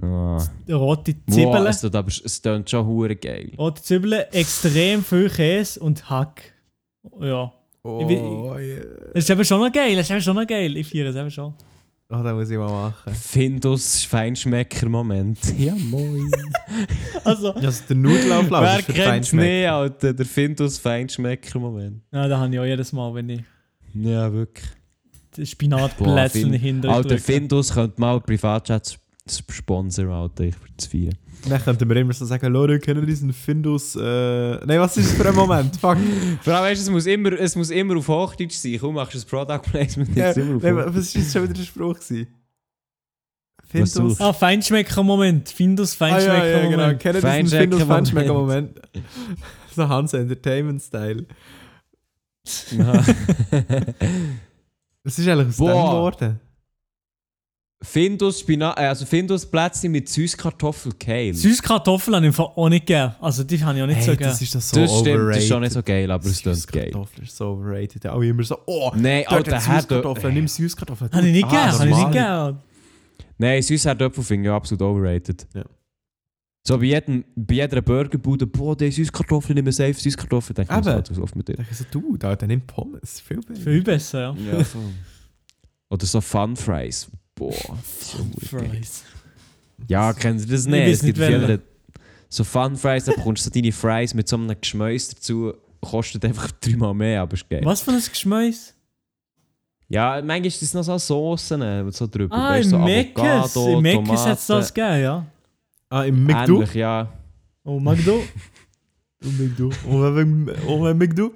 Ah. rote Wow, Zwiebeln. also- es tut aber es tönt schon hure geil. Rote Zwiebeln, extrem viel Käse und Hack. Ja. Ich will- [laughs] oh, yeah. Das ist eben schon noch geil, das ist eben schon noch geil. Ich feiere es eben schon. oh, das muss ich mal machen. Findus Feinschmecker-Moment. [laughs] Ja, moin. Also, Ja, Also der Nudelauflauf Wer ist für kennt's Feinschmecker. nicht, Alter? Der Findus Feinschmecker-Moment. ja, da habe ich auch jedes Mal, wenn ich Ja, wirklich. mit Spinatplätzchen hinter Alter, Findus könnte mal Privatchat sponsor, Alter, ich würde es feiern. Dann könnten wir immer so sagen, Leute, kennen diesen Findus... Äh... Nein, was ist das für ein Moment? [laughs] Fuck. Vor allem, weißt, du, es, muss immer, es muss immer auf Hochdeutsch sein. Komm, machst du ein Product Placement, Ja, jetzt immer nein, auf Hochdeutsch. was ist jetzt schon wieder der Spruch? Gewesen? Findus... suchst Ah, Feinschmecker-Moment. Findus Ah, ja, ja, Feinschmecker-Moment. genau. Kennen diesen Feinschmecker- Findus Feinschmecker-Moment? [laughs] so Hans Entertainment-Style. Was ist eigentlich aus dem Boah. geworden? Findus, Spina äh, also Findus Plätzchen mit Süßkartoffelkeil. Süßkartoffeln habe ich im Fall auch nicht gegeben. Also die habe ich auch nicht so Hey, gegeben. das ist doch so das Dus stimmt, overrated. das ist schon nicht so geil, aber es klingt geil. Süßkartoffeln ist so overrated. Auch immer so, oh, Nein, dort Alter, hat Herd- Süßkartoffeln, nimm Süßkartoffeln. Habe ich nicht gegeben, habe ich nicht gegeben. Nein, Süßherdöpfel finde ich absolut overrated. Ja. So bei, jedem, bei jeder Burgerbude, boah, die Süßkartoffeln nehmen safe, Süßkartoffeln, denke ich, Eben. was ist oft mit dir? Ich so, du, da, dann nimm Pommes, viel besser. Viel besser, ja. Ja, Oder so Fun Fries. Boah, so geil. Fries. Ja, kennt ihr das Ich nicht? weiß Es gibt nicht, welche. viele. So Fun Fries, da bekommst du so deine Fries mit so einem Geschmäus dazu, kostet einfach dreimal mehr, aber ist geil. Was für ein Geschmäus? Ja, manchmal ist das noch so Soßen äh, so drüber. Ah, weißt, im so Meckes. Avocado, Im Meckes hat es Tomate. das gegeben, ja. Ah, im McDo. Ähnlich, ja. Oh, Magdo. Im McDo. Oh, im McDo.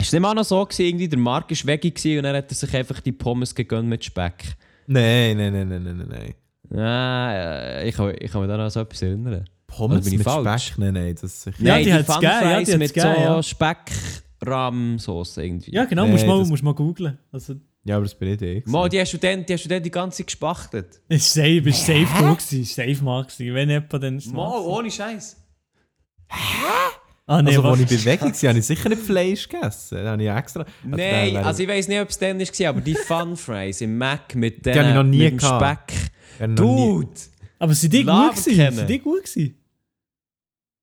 Ist es auch noch so, gewesen, irgendwie der Marc war weg gewesen und dann hat er sich einfach die Pommes gegönnt mit Speck. Nein, nein, nein, nein, nein, nein, nein. Ah, äh, ich, kann, ich kann mich da noch an so etwas erinnern. Oder Pommes bin ich mit falsch? Speck, nein, nein, das ist sicher... Ja, Nein, die hat's Fun gegeben, ja, Fries die hat's mit gegeben, so ja. Speck-Rahmsauce irgendwie. Ja, genau, Nee, musst mal, das- musst mal googlen. Also, Ja, aber das bin nicht ich. Mo, die hast du dann die, hast du dann die ganze Zeit gespachtelt. ist safe, ist safe du gewesen, ist safe mal gewesen. Wenn jemand dann... Mo, ohne Scheiß. Ah, nee, also, als warte. ich bei Weg war, habe ich sicher nicht Fleisch gegessen. Da habe ich extra... Nein, also ich weiss nicht, ob es dann war, aber die Fun Fries im Mac mit, den, hab ich noch nie mit dem gehabt. Speck. Ja, noch nie- Dude! Aber sind die Laber gut gewesen? kennen. Sind die gut gewesen?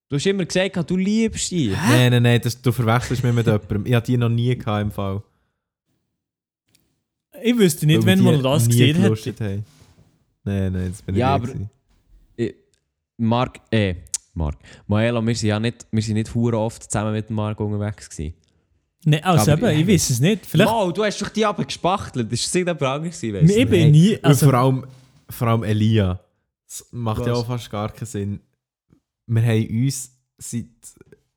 Du hast immer gesagt, du liebst ihn. Nein, nein, nein, das, du verwechselst mich mit jemandem. Ich hatte die noch nie gehabt im Fall. Ich wüsste nicht, Weil wir wenn die man das nie gesehen hätte. gelustet haben. Nein, nein, das bin Ja, ich aber- nicht. gewesen. Mark, äh, Mark. Maela, wir sind ja nicht, wir sind nicht hure oft zusammen mit dem Mark unterwegs gewesen. Nein, also Aber- eben, ich weiß es nicht. Vielleicht... Mo, du hast doch die aber gespachtelt. Das war irgendjemand anderes gewesen, ich bin nie... Und Also, vor, allem, vor allem Elia. Das macht ja Was? auch fast gar keinen Sinn. Wir haben uns seit.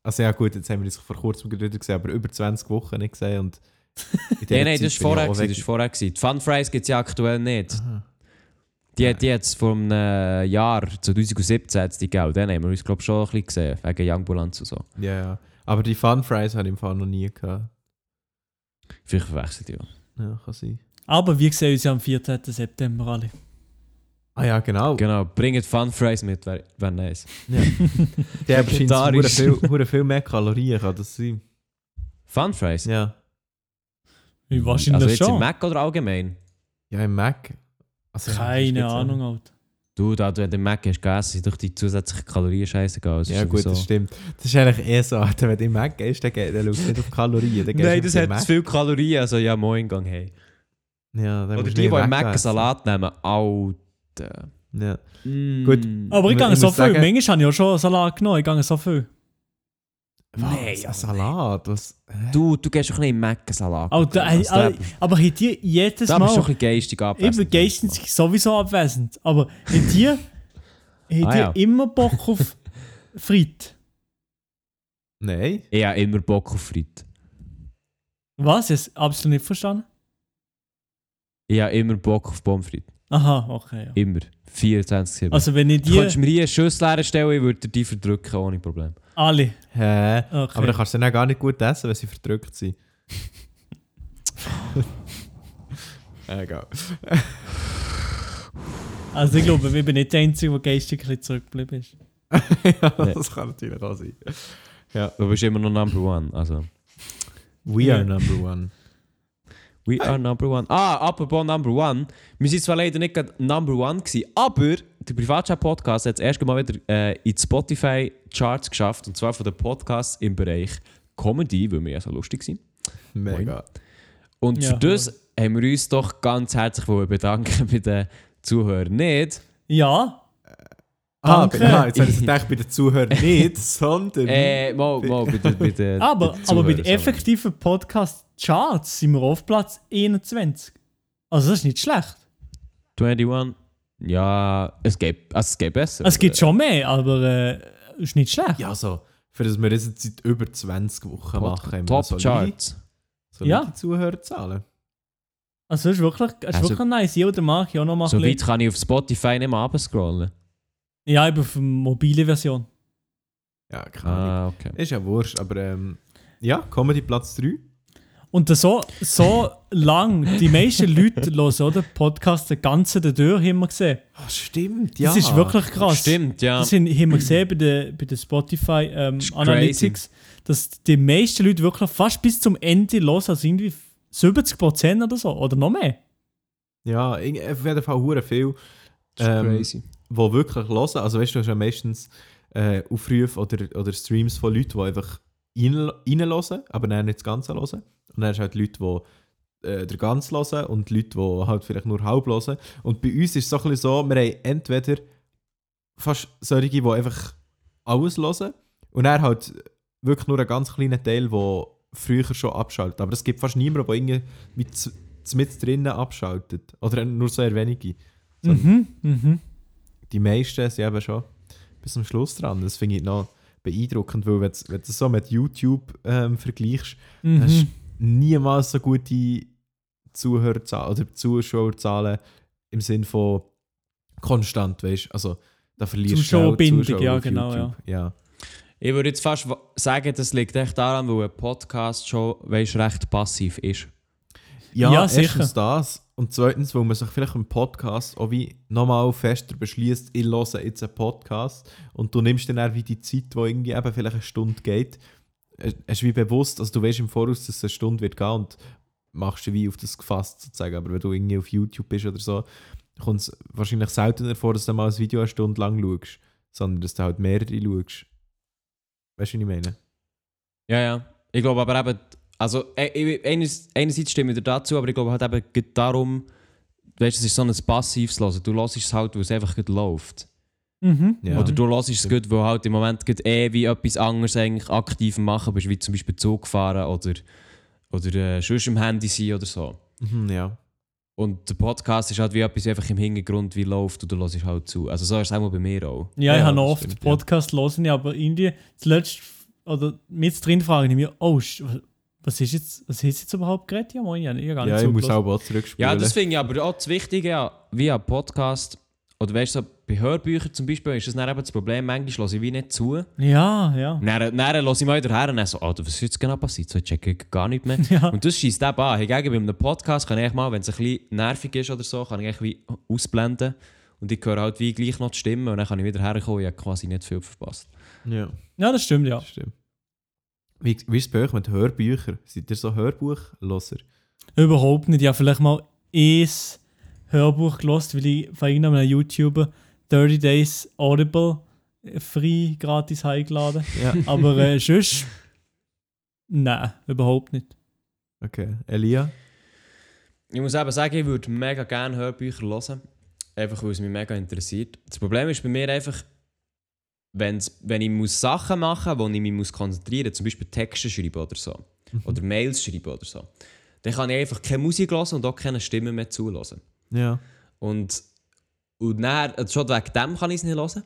Also ja, gut, jetzt haben wir uns vor kurzem gerade wieder gesehen, aber über 20 Wochen nicht gesehen. Und [laughs] in dieser Nein, nein, Zeit das war bin ich vorher. auch gewesen, Das weg- war vorher gewesen. Die Fun Fries gibt es ja aktuell nicht. Aha. Die hat jetzt vom äh, Jahr 2017 hat's die gegeben. Den haben wir uns, glaube ich, schon ein bisschen gesehen. Wegen Youngbulanz und so. Ja, ja. Aber die Fun Fries hatte ich im Fall noch nie gehabt. Vielleicht verwechselt ja. Ja, kann sein. aber wir sehen uns ja am 14. September alle. Ah ja, genau. Genau, bringt Fun Fries mit, wäre wär nice. Der hat bestimmt Vegetarisch. verdammt viel, verdammt viel mehr Kalorien, kann das sein? Fun Fries? Ja. also Wahrscheinlich jetzt im schon. Mac oder allgemein? Ja, im Mac. Also, ja, das ist Keine jetzt auch- Ahnung, Alter. Du, da du im Mac hast gegessen, sind doch die zusätzlichen Kalorien scheißegal. Ja dus- gut, das stimmt. Das ist eigentlich eher so, [laughs] Alter, wenn du im Mac gehst, dann, geh- dann schaust du nicht auf die Kalorien. Dann gehst Nein, du das auf hat den zu Mac. viel Kalorien, also ja, moin, gang hey. Ja, dann Oder musst die, die du nicht im Mac einen weglassen. Salat nehmen, Alter. Ja. Gut. Aber ich Ich gehe muss so viel. sagen- Manchmal habe ich auch schon Salat genommen. Ich gehe so viel. Was? Ein Salat? Was? Du, du gehst doch nicht im Mac einen Salat. Alter, bekommen. ey, Also, Oh, da- ey, aber ich die jedes Da bist du schon ein Mal. bisschen geistig Ich abwesend. bin geistens sowieso abwesend. Aber ich die. Ich Ah, die ja. immer Bock auf Frit. Nein. Ich habe immer Bock auf Frit. Was? Ich habe es absolut nicht verstanden. Ich habe immer Bock auf Pommes frites. Aha, okay. Ja. Immer. 24 7. Also, wenn ich du könntest die. mir hier eine Schüssel stellen, ich würde dir die verdrücken, ohne Problem. Alle. Hä? Okay. Aber dann kannst du dann auch gar nicht gut essen, wenn sie [laughs] verdrückt sind. [laughs] Egal. Also, ich glaube, ich bin nicht der Einzige, der geistig ein bisschen zurückgeblieben ist. ja, Nee. das kann natürlich auch sein. Du bist immer noch Number One. Also, We are Ja. number one. we are Number One. Ah, apropos Number One. Wir sind zwar leider nicht gerade Number One gewesen, aber der Privatchat-Podcast hat es erst mal wieder äh, in die Spotify-Charts geschafft. Und zwar von den Podcasts im Bereich Comedy, weil wir ja so lustig sind. Mega. Und Ja, für das haben wir uns doch ganz herzlich wollen bedanken bei den Zuhörern. Nicht? Ja, Danke. Ah, genau, jetzt habe ich gedacht, bei [laughs] den Zuhörern nicht, sondern. Äh, mal, mal, bei den, bei den, Mhm. aber, aber bei Zuhörern, den sorry. effektiven Podcast-Charts sind wir auf Platz 21. Also das ist nicht schlecht. 21. Ja, es geht, also es geht besser. Es gibt schon mehr, aber äh, ist nicht schlecht. Ja, so. Für das wir das jetzt seit über 20 Wochen machen. haben wir Top solide- Charts. solide Ja. Zuhörerzahlen. Also es ist wirklich, es ist Also- wirklich nice. Ich oder Marc ja auch noch mal So ein weit bisschen. kann ich auf Spotify nicht mehr runterscrollen. Ja, eben auf der mobile Version. Ja, keine Ahnung. Ah, okay. Ist ja wurscht, aber ähm, ja, Comedy Platz 3. Und so, [laughs] so lang, die meisten Leute hören oder Podcast den ganzen dadurch haben wir gesehen. Ah, stimmt, Das ist wirklich krass. Stimmt, ja. Das haben haben wir gesehen bei den, bei den Spotify ähm, Das ist crazy. Analytics, dass die meisten Leute wirklich fast bis zum Ende hören, also irgendwie 70% oder so, oder noch mehr. Ja, in- auf jeden Fall hure viel, Das ist ähm, crazy. die wirklich hören. Also weißt du, du hast ja meistens äh, Aufrufe oder, oder Streams von Leuten, die einfach rein- reinhören, aber dann nicht das Ganze hören. Und dann hast du halt Leute, die äh, den Ganzen hören und Leute, die halt vielleicht nur halb hören. Und bei uns ist es so ein bisschen so, wir haben entweder fast solche, die einfach alles hören und dann halt wirklich nur einen ganz kleinen Teil, der früher schon abschaltet. Aber es gibt fast niemanden, der irgendwie mit, mit drinnen abschaltet. Oder nur sehr wenige. So. Mhm, mhm. die meisten sind eben schon bis zum Schluss dran. Das finde ich noch beeindruckend, weil wenn du wenn du das so mit YouTube ähm, vergleichst, Mhm. hast du niemals so gute Zuhörerzahlen oder Zuschauerzahlen im Sinn von konstant, weißt Also da verlierst Zuschauerbindung, schnell ja, auf genau, ja. Ich würde jetzt fast wa- sagen, das liegt echt daran, weil ein Podcast schon weißt, recht passiv ist. Ja, Ja, erstens sicher. das. Und zweitens, weil man sich vielleicht im Podcast auch wie nochmal fester beschließt, ich höre jetzt einen Podcast und du nimmst dann auch wie die Zeit, die irgendwie eben vielleicht eine Stunde geht, äh, hast du wie bewusst, also du weißt im Voraus, dass es eine Stunde wird gehen und machst du wie auf das gefasst sozusagen. Aber wenn du irgendwie auf YouTube bist oder so, kommt es wahrscheinlich seltener vor, dass du mal ein Video eine Stunde lang schaust, sondern dass du halt mehrere schaust. Weißt du, was ich meine? Ja, ja. Ich glaube aber eben, also äh, ich- eines, einerseits stimme ich dir dazu, aber ich glaube halt eben geht darum, weißt du, es ist so ein passives Hören. Du hörst es halt, weil es einfach gut läuft. Mhm. Ja. Oder du hörst es gut, weil halt im Moment gut eh wie etwas anderes eigentlich aktiv am machen bist, wie zum Beispiel Zug fahren oder, oder äh, sonst im Handy sein oder so. Mhm, ja. Und der Podcast ist halt wie etwas einfach im Hintergrund, wie läuft und du hörst halt zu. Also so ist es auch mal bei mir auch. Ja, ich Ja, habe noch das oft stimmt, ja. Podcasts hören, ja. aber irgendwie zuletzt oder mit drin frage ich mich, oh, sch- was ist jetzt, was ist jetzt überhaupt gerade? Ja, moin, ich habe gar nicht Ja, ich muss zugehört. auch mal zurückspielen. Ja, das finde ich aber auch das Wichtige an- wie ein Podcast. Oder weißt du, so, bei Hörbüchern zum Beispiel ist das dann eben das Problem, manchmal höre ich wie nicht zu. Ja, ja. Und dann, dann höre ich mal wieder her und dann so, oh, was ist jetzt genau passiert? So, ich checke ich gar nicht mehr. [laughs] Ja. Und das schießt eben an. Hingegen bei einem Podcast kann ich mal, wenn es ein bisschen nervig ist oder so, kann ich echt wie ausblenden. Und ich höre halt wie gleich noch die Stimme und dann kann ich wieder herkommen. Ich habe quasi nicht viel verpasst. Ja. Ja, das stimmt, ja. Das stimmt. Wie, wie ist es bei euch mit Hörbüchern? Seid ihr so Hörbuchloser? Überhaupt nicht. Ich habe vielleicht mal ein Hörbuch gelost, weil ich von irgendeinem YouTuber 30 Days Audible äh, free gratis heimgeladen. Ja. Aber [laughs] äh, sonst. Nein, überhaupt nicht. [laughs] [laughs] Okay. Elia? Ich muss eben sagen, ich würde mega gerne Hörbücher hören. Einfach weil es mich mega interessiert. Das Problem ist bei mir einfach, wenn's, wenn ich muss Sachen machen muss, wo ich mich muss konzentrieren muss, zum Beispiel Texte schreiben oder so, oder Mails schreiben oder so, dann kann ich einfach keine Musik hören und auch keine Stimme mehr zulassen. Ja. Und, und dann, also schon wegen dem kann ich es nicht hören.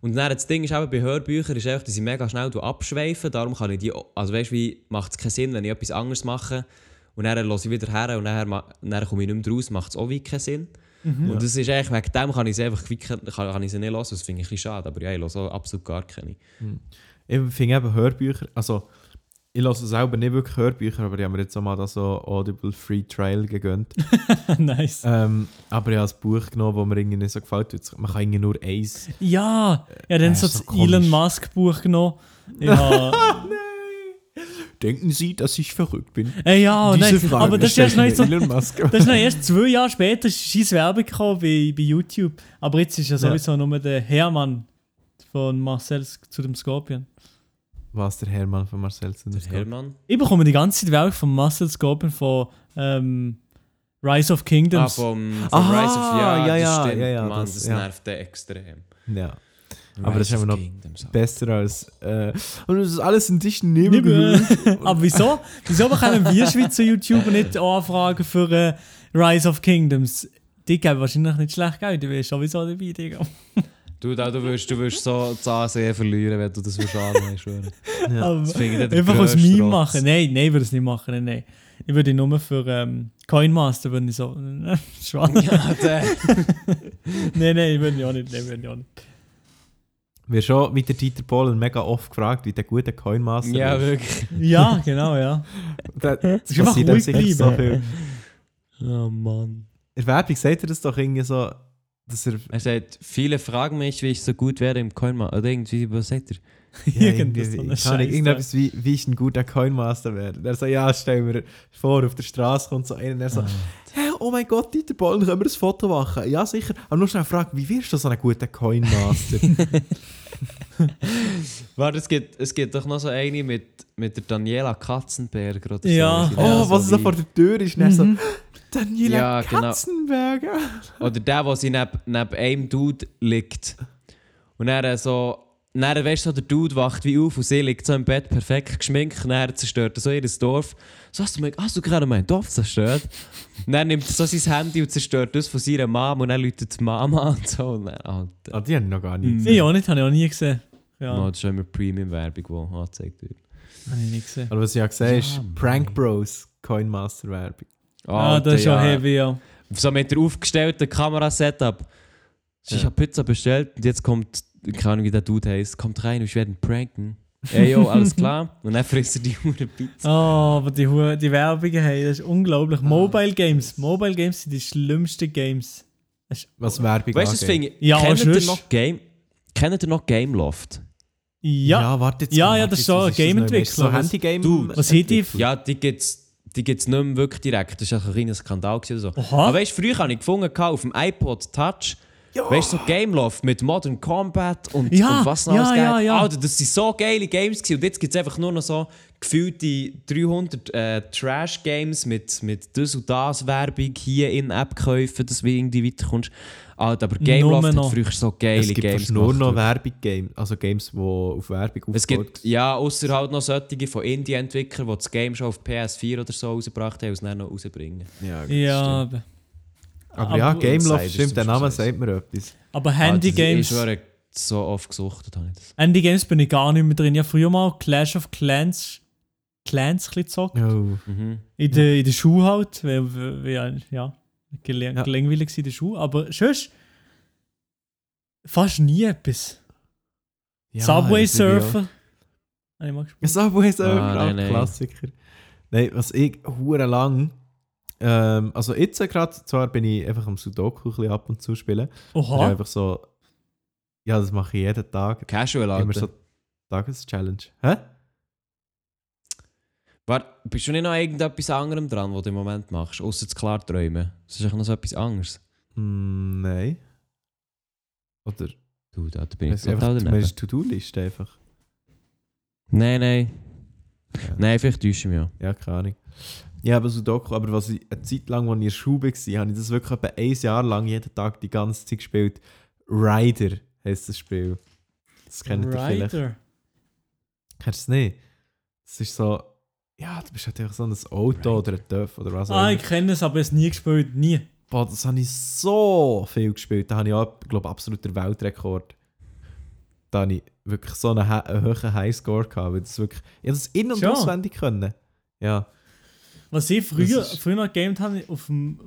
Und dann, das Ding ist eben bei Hörbüchern, ist einfach, dass ich mega schnell abschweife. Darum kann ich die, also weißt du, wie macht es keinen Sinn, wenn ich etwas anderes mache und dann höre ich wieder her und dann, ma- dann komme ich nicht mehr raus, macht es auch wie keinen Sinn. Mhm. Ja. Und das ist eigentlich, wegen dem kann ich es einfach wie, kein- kann, kann ich es nicht hören. Das finde ich ein bisschen schade, aber ja, ich höre auch absolut gar keine. Ich finde eben Hörbücher, also ich lasse selber nicht wirklich Hörbücher, aber ich habe mir jetzt auch mal das so Audible Free Trial gegönnt. [laughs] nice. ähm, aber ich habe ein Buch genommen, das mir irgendwie nicht so gefällt. hat. Man kann irgendwie nur eins. Ja, ja, dann Äh, so so das komisch. Elon Musk Buch [laughs] genommen. Ja, Denken Sie, dass ich verrückt bin? äh, ja nein, aber das ist erst noch nicht so. Elon Musk. [laughs] Das ist noch erst zwei Jahre später scheiß Werbung gekommen bei, bei YouTube. Aber jetzt ist ja sowieso nur der Hermann von Marcel zu dem Scorpion. Was, der Hermann von Marcel zu Der Hermann? Ich bekomme die ganze Zeit Werbung von Marcel Scorpion von ähm, Rise of Ah, [laughs] Kingdoms. vom, vom Aha, Rise of ja, ja, das ja, stimmt. ja, ja, Mann, das- das ja. nervt den extrem. Ja. Aber das ist immer noch Kingdoms. besser als. Äh, und es ist alles ein bisschen neben. [laughs] Aber wieso? Wieso können wir Schweizer YouTuber nicht anfragen für äh, Rise of Kingdoms? Die geben wahrscheinlich nicht schlecht Geld, du wärst sowieso dabei, Digga. Du, da, du wirst, du wirst so die ASE verlieren, wenn du das wirst [laughs] annehmen, ich schwöre. Aber Das finde ich der einfach aus grösste Meme Rotz. machen. Nein, nein, würde es nicht machen. Nein, nein. Ich würde nur für ähm, Coinmaster würde ich so. [laughs] [laughs] Schwarz. Ja, der. nein, nein, ich würde ja nicht. Nein, würde ich auch nicht. Wir schon wieder Dieter Bohlen mega oft gefragt, wie der gute Coinmaster Also, ja, ist. wirklich. Ja, genau, ja. Da, das ist einfach passiert ruhig sicher so viel. Oh Mann. In der Werbung sagt er das doch irgendwie so, dass [laughs] er. Er sagt, viele fragen mich, wie ich so gut werde im Coinma. Oder irgendwie, was sagt er? irgendwie- Irgendwas so keine Ahnung, eine Scheiße. irgendetwas wie, wie ich ein guter Coinmaster werde. Und Er so, ja, stell mir vor, auf der Straße kommt so einer und er Ah. so, hey, oh mein Gott, Dieter Bohlen, können wir ein Foto machen? Ja, sicher. Aber nur schnell fragen, wie wirst du so ein guter [laughs] Coinmaster? Warte, es gibt, es gibt doch noch so eine mit, mit der Daniela Katzenberger oder Ja. Mhm. so. Sie oh, nennt was so so vor der Tür ist. Und er so, Daniela Ja, genau. Katzenberger. Oder der, der sie neben, neben einem Dude liegt. Und dann so. Dann weißt du, so, der Dude wacht wie auf und sie liegt so im Bett perfekt geschminkt. Und dann zerstört er so ihr Dorf. So hast du, mein, hast du gerade mein Dorf zerstört? Und dann nimmt er so sein Handy und zerstört das von seiner Mama. Und dann läutet die Mama an. Und so. Und dann, Alter. Ah, die haben noch gar nicht Ich auch nicht, habe ich auch nie gesehen. Ja, Mann, das ist immer Premium-Werbung, die angezeigt wird. habe ich nie gesehen. Aber was ich ja gesehen ist, Mann. Prank Bros, Coinmaster-Werbung. Ah, das ist Alter, ja heavy, ja. So mit der aufgestellten Kamerasetup. Ich habe Pizza bestellt und jetzt kommt, keine Ahnung wie der Dude heißt, kommt rein und ich werde ihn pranken. Ey, yo, alles [laughs] klar? Und dann frisst er die Hure Pizza. Oh, aber die, Hure- die Werbungen, hey, das ist unglaublich. Ah. Mobile Games. Mobile Games sind die schlimmsten Games. Was Werbung Weißt du, das Ding? angeht. Ja, kennt ihr sonst- noch Game? Kennt ihr noch Gameloft? Ja, warte jetzt. Ja, warte ja, das jetzt, ist so was ein das noch? Gameentwickler. Ist So Was- Handygame. Du, was hätte ich. Ja, die gibt's die gibt's nicht mehr wirklich direkt. Das war ein kleiner Skandal gewesen oder so. Oha. Aber weißt du, früher habe ich gefunden auf dem iPod Touch. Weißt du, so Gameloft mit Modern Combat und, Ja, und was ja, alles ja, ja. Alter, das waren so geile Games gewesen. und jetzt gibt es einfach nur noch so gefühlte 300 äh, Trash-Games mit, mit das und das Werbung hier in App käufen, dass du irgendwie weiterkommst. Alter, aber Gameloft hat noch. früher so geile Es gibt Games fast nur gemacht. noch Werbung-Games, also Games, die auf Werbung Es aufgebaut gibt ja außer halt noch solche von Indie-Entwicklern, die das Game schon auf PS4 oder so rausgebracht haben und es dann noch rausbringen. Ja, Ja, aber- Aber ja, Aber- Gameloft, Insiders stimmt, der zum Name Beispiel. sagt mir etwas. aber Ah, Handygames. Ich wäre so oft gesuchtet, habe ich das. Handygames bin ich gar nicht mehr drin. Ich habe früher mal Clash of Clans, Clans ein bisschen gezockt. Oh. Mhm. In, der, in der Schule halt. Weil, weil, weil, ja, gele- Ja. gelangweilig war in der Schule. Aber sonst fast nie etwas. Ja, Subway das will ich auch. Surfer. Habe ich mal gespielt. Ja, Subway Surfer, Ah, auch nein, nein. Klassiker. Nein, was ich hure lang... Ähm, also jetzt gerade, zwar bin ich einfach am Sudoku ein bisschen ab und zu spielen. Ja, Oha. einfach so... Ja, das mache ich jeden Tag. Casual, Immer Alter. so Tageschallenge. Hä? Warte, bist du nicht noch irgendetwas anderem dran, was du im Moment machst, außer zu klar träumen? Das ist eigentlich noch so etwas anderes. Hm, nein. Oder... Du, da bin ich Es ist total einfach du daneben. meinst To-Do-Liste einfach. Nein, nein. Nein, vielleicht täusche ich mich ja. Ja, keine Ahnung. Ja, aber Sudoku, aber was ich eine Zeit lang, als ich in der Schule war, habe ich das wirklich etwa ein Jahr lang jeden Tag die ganze Zeit gespielt. Rider heisst das Spiel. Das kennt ihr vielleicht. Rider. Kennst du es nicht? Es ist so, ja, du bist halt einfach so ein Auto oder ein Dörf oder was auch Ah, immer. ich kenne es, aber es nie gespielt. Nie. Boah, das habe ich so viel gespielt. Da habe ich auch, glaube ich, absolut den Weltrekord. Da habe ich wirklich so einen, hä- einen hohen Highscore gehabt, weil das wirklich, ich habe das in- und Schon? auswendig können. Ja. Was ich früher, Das ist- früher noch gegamed habe, auf dem,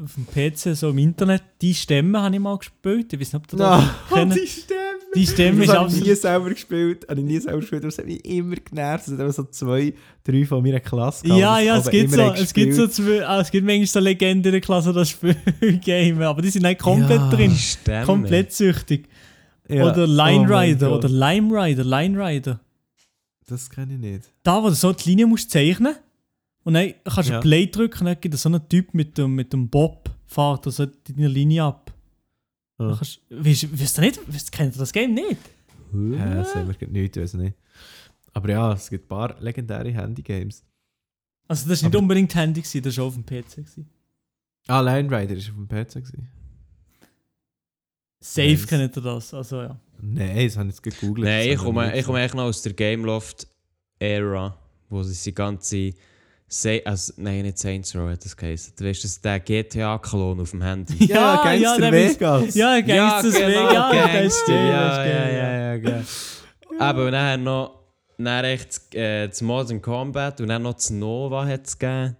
auf dem PC, so im Internet, die Stämme habe ich mal gespielt. Ich weiß nicht, ob du das [laughs] kennst. Stimme! Die Stimme Ah. Das habe ich ist nie absolut. selber gespielt, habe ich nie selber gespielt, aber es hat mich immer genervt. Es hat immer so zwei, drei von meiner Klasse gehabt, Ja, die ja, das es aber gibt, immer so, haben es, gibt so gespielt. zwei, ah, es gibt manchmal so Legenden in der Klasse, die das Spiel [laughs] gamen, aber die sind nicht komplett Ja. drin. Stämme. Komplett süchtig. Ja. Oder Oh Line mein Rider, Gott. oder Lime Rider, Line Rider. Das kenne ich nicht. Da, wo du so die Linie musst zeichnen und dann kannst du Ja. Play drücken und dann gibt es so einen Typ mit dem, mit dem Bob, fährt also deine Linie ab. Ja. Dann Kannst, weißt, weißt du nicht, weißt, kennt ihr das Game nicht? Hä, das haben wir gerade nicht, weiß nicht. Aber ja, es gibt ein paar legendäre Handygames. Also das war nicht unbedingt Handy, gewesen, das war auch auf dem PC. Gewesen. Ah, Line Rider war auf dem PC. gewesen. Safe Nice. kennt ihr das, also ja. Nein, das habe ich jetzt gegoogelt. Nein, ich Das habe komme, nicht ich komme eigentlich noch aus der Gameloft-Era, wo sie die ganze. Sa also, nein, nicht Saints Row hat das geheißen. Du weißt, das ist der GTA-Klon auf dem [laughs] Handy. Ja, Ja, ja, Gangster der ist- Vegas. Ja, Gangsters ja, genau, Weg. Ja, das ist Gangster, geil, das ja, ist ja, geil, ja. ja, ja, gell. Aber nachher noch. Dann echt das, äh, das Modern Combat und dann noch das Nova hat es gegeben.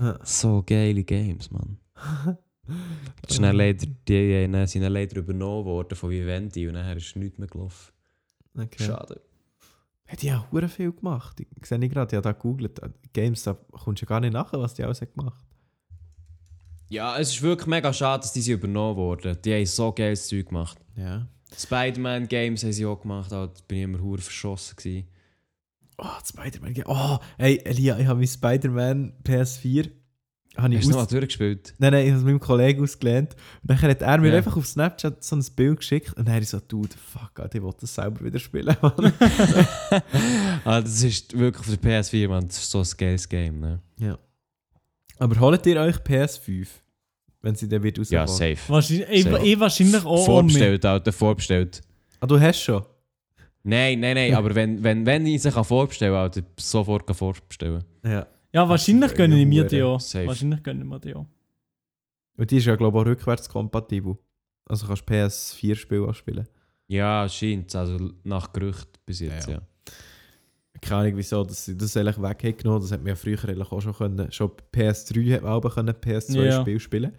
Ja. So geile Games, [laughs] Mann. Das ist dann leider, die äh, dann sind dann leider übernommen worden von Vivendi und nachher ist nichts mehr gelaufen. Okay. Schade. Hat die auch hure viel gemacht. Ich sehe nicht gerade, ich habe da gegoogelt. Games, da kommst du gar nicht nach, was die alles hat gemacht Ja, es ist wirklich mega schade, dass die sie übernommen wurden. Die haben so geiles Zeug gemacht. Ja. Spider-Man-Games haben sie auch gemacht, aber da bin ich immer hure verschossen. Gewesen. Oh, Spider-Man. Game. Oh, hey, Elia, ich habe mein Spider-Man PS4. Habe ich Hast du aus nochmal durchgespielt? Nein, nein, ich habe es meinem Kollegen ausgelernt. Und dann hat er mir Ja. einfach auf Snapchat so ein Bild geschickt. Und dann habe ich so, Dude, fuck, Alter, ich will das selber wieder spielen. [laughs] Mann. Ah, das ist wirklich auf der PS4, man. Das ist so ein geiles Game, ne? Aber holt ihr euch PS5, wenn sie dann wird Ja, rauskommen? safe. Wahrscheinlich, ich, Sehr. ich wahrscheinlich Oh, auch. vorbestellt, Alter, vorbestellt. Ah, du hast schon? Nein, nein, [laughs] nein, aber wenn, wenn, wenn ich sie kann vorbestellen kann, Alter, sofort kann vorbestellen. Ja. Ja, wahrscheinlich Ja, gönnen wir die ja, auch. safe. Wahrscheinlich gönnen wir die auch. Und die ist ja, glaube ich, auch rückwärtskompatibel. Also kannst du PS4-Spiel auch spielen. Ja, scheint Also nach Gerücht bis jetzt, Ja, ja. ja. Keine Ahnung, wieso, dass sie das eigentlich weg haben genommen. Das hat man ja früher eigentlich auch schon können. Schon PS3 hat man auch können Ja. PS2-Spiel spielen.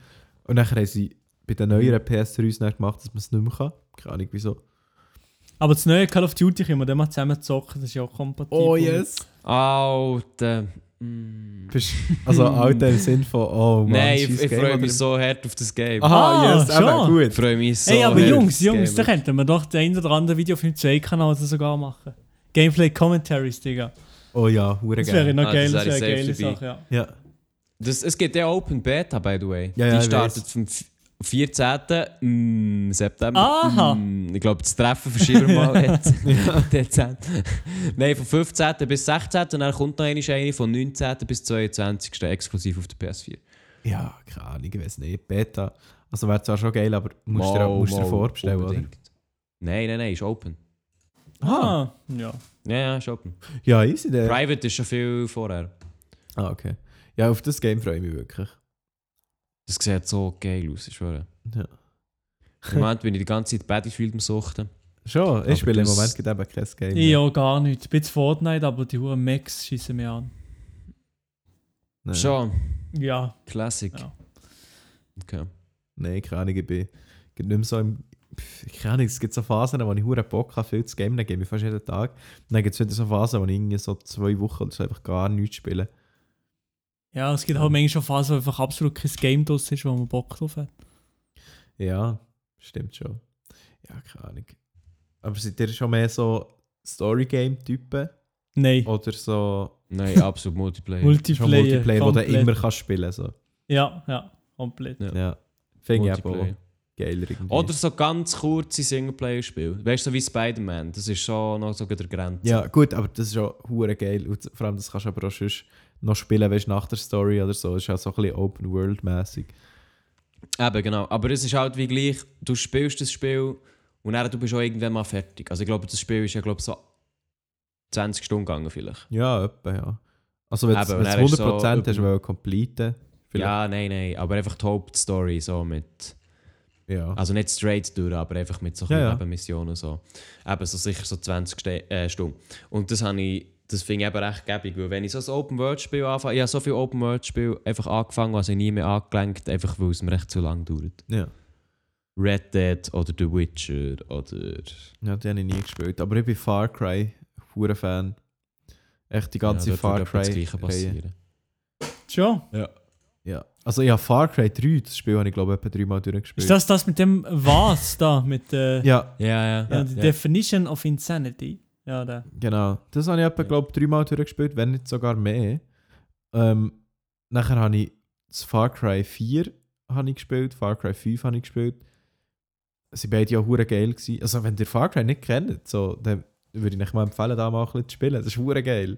Und dann haben sie bei den neueren PS3s dann gemacht, dass man es nicht mehr kann. Keine Ahnung, wieso. Aber das neue Call of Duty können wir dann mal zusammen zocken, das ist ja auch kompatibel. Oh, Oh, Alter. Mm. Bist- [laughs] Also Alter im Sinn von, oh Mann, Nein, scheiss ich, ich Game, freue oder- mich so hart auf das Game. Aha, Ah, yes, schon. eben, Ich gut. freue mich so Hey, aber hart auf Jungs, das Jungs, da Game. könnten wir doch den ein oder andere Video auf dem Zwei-Kanal sogar machen. Gameplay Commentaries, Digga. Oh ja, hure Das wäre geil. noch Ah, geil, das das wäre wäre eine geile safe dabei. Sache, ja. Ja. Das, es gibt ja Open Beta, by the way. Ja, ja, die ich startet vom f- 14. mm, September. Aha. Mm, ich glaube, das Treffen verschieben wir [laughs] mal jetzt. [laughs] Dezent. Nein, von 15. bis 16. Und dann kommt noch eine, eine von 19. bis 22. exklusiv auf der PS4. ja, keine Ahnung, ich weiß nicht. Beta. Also wäre zwar schon geil, aber musst du dir, musst dir vorbestellen, oder? unbedingt. Nein, nein, nein, ist open. Ah. Ah, ja. Ja, ja, ist open. Ja, easy der. Private ist schon viel vorher. Ah, okay. Ja, auf das Game freue ich mich wirklich. Das sieht so geil aus, ich schwöre. Ja. Im Moment bin ich die ganze Zeit Battlefield am [laughs] Suchten. Schon, ich Aber spiele im das- Moment gerade eben kein Game. Ich mehr. ja gar nicht. Ein bisschen Fortnite, aber die Huren Max schießen mir an. Nein. Schon, Ja. Classic. Ja. Okay. Nein, keine Ahnung, ich bin ich bin nicht mehr so im. Pff, Keine Ahnung, es gibt so Phasen, wo ich hure Bock habe, viel zu gamen, dann game ich fast jeden Tag. Und dann gibt es wieder so Phasen, wo ich irgendwie so zwei Wochen oder so einfach gar nichts spiele. Ja, es gibt halt manchmal schon Phasen, wo einfach absolut kein Game draus ist, wo man Bock drauf hat. Ja, stimmt schon. Ja, keine Ahnung. Aber seid ihr schon mehr so Story-Game-Typen? Nein. Oder so [laughs] Nein, absolut Multiplayer. schon Multiplayer. Multiplayer, wo du komplett. immer kannst spielen so. Ja, ja, komplett. Ja. Ja. Finde ich Multiplayer. aber geiler irgendwie. Oder so ganz kurze Singleplayer-Spiele. Weißt du, so wie Spider-Man. Das ist schon noch so an der Grenze. ja, gut, aber das ist ja hure geil. Und vor allem, das kannst du aber auch sonst noch spielen, weißt du, nach der Story oder so. Das ist ja so ein bisschen Open-World-mäßig. Eben, genau. Aber es ist halt wie gleich, du spielst das Spiel und dann du bist auch irgendwann mal fertig. Also ich glaube, das Spiel ist ja glaube ich, so 20 Stunden gegangen vielleicht. Ja, etwa, ja. Also, wenn du es Eben, und dann 100% ist so hast, über- wollen completen. vielleicht. Ja, nein, nein. Aber einfach die Hauptstory so mit... Ja. Also nicht straight durch, aber einfach mit so Ja, ja. ja, Missionen und so. Eben so sicher so 20 Ste äh, Stunden. Und das habe ich, das finde ich eben recht gäbig, weil wenn ich so ein Open-World-Spiel anfange, ich habe so viel Open-World-Spiel einfach angefangen, also nie mehr angelenkt, einfach weil es mir echt zu lang dauert. ja. Red Dead oder The Witcher oder... Ja, die habe ich nie gespielt. Aber ich bin Far Cry, hure Fan. Echt die ganze Ja, dort Far wird etwa das Cry. Gleiche Reihe. passieren. Schon. Ja. Also ich habe Far Cry 3, das Spiel habe ich glaube ich etwa dreimal durchgespielt. Ist das das mit dem Was da? Mit äh, ja, Ja, Ja, ja. die Definition of Insanity. Ja, da. genau. Das habe ich etwa Ja. glaube ich dreimal durchgespielt, wenn nicht sogar mehr. Ähm, nachher habe ich das Far Cry 4 habe ich gespielt, Far Cry 5 habe ich gespielt. Sie beide ja hure geil gewesen. Also wenn ihr Far Cry nicht kennt, so, dann würde ich euch mal empfehlen, da mal ein bisschen zu spielen. Das ist hure geil.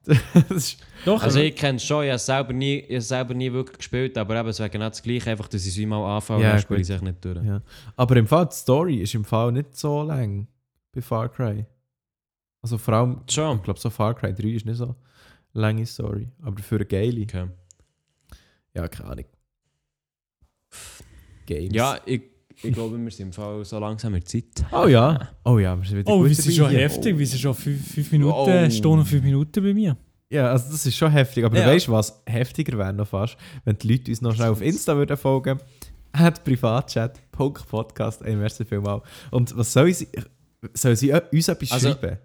[laughs] das ist, Doch, Also ich kenne es schon, ich habe es selber, nie- ich habe es selber nie wirklich gespielt, aber eben, es wäre genau das gleiche, einfach, dass ich es wie mal anfange Ja, und dann spiele gut. ich es echt nicht durch. ja. Aber im Fall, die Story ist im Fall nicht so lang bei Far Cry. Also vor allem, Schon. ich glaube, so Far Cry 3 ist nicht so lange Story. Aber für eine geile. Okay. Ja, keine Ahnung. Games. Ja, ich, ich glaube, wir sind im Fall so langsam in der Zeit. Oh ja. Oh ja, wir sind wieder oh, gut wir sind dabei schon hier. heftig, wir sind schon fünf, fünf Minuten, Oh. Stunde und fünf Minuten bei mir. Ja, also das ist schon heftig. Aber Ja. weißt du was? Heftiger wäre noch fast, wenn die Leute uns noch schnell auf Insta würden folgen Hat Privatchat, Punkt Podcast, ey, merci vielmal. Und was soll sie, soll sie äh, uns etwas Also- schreiben?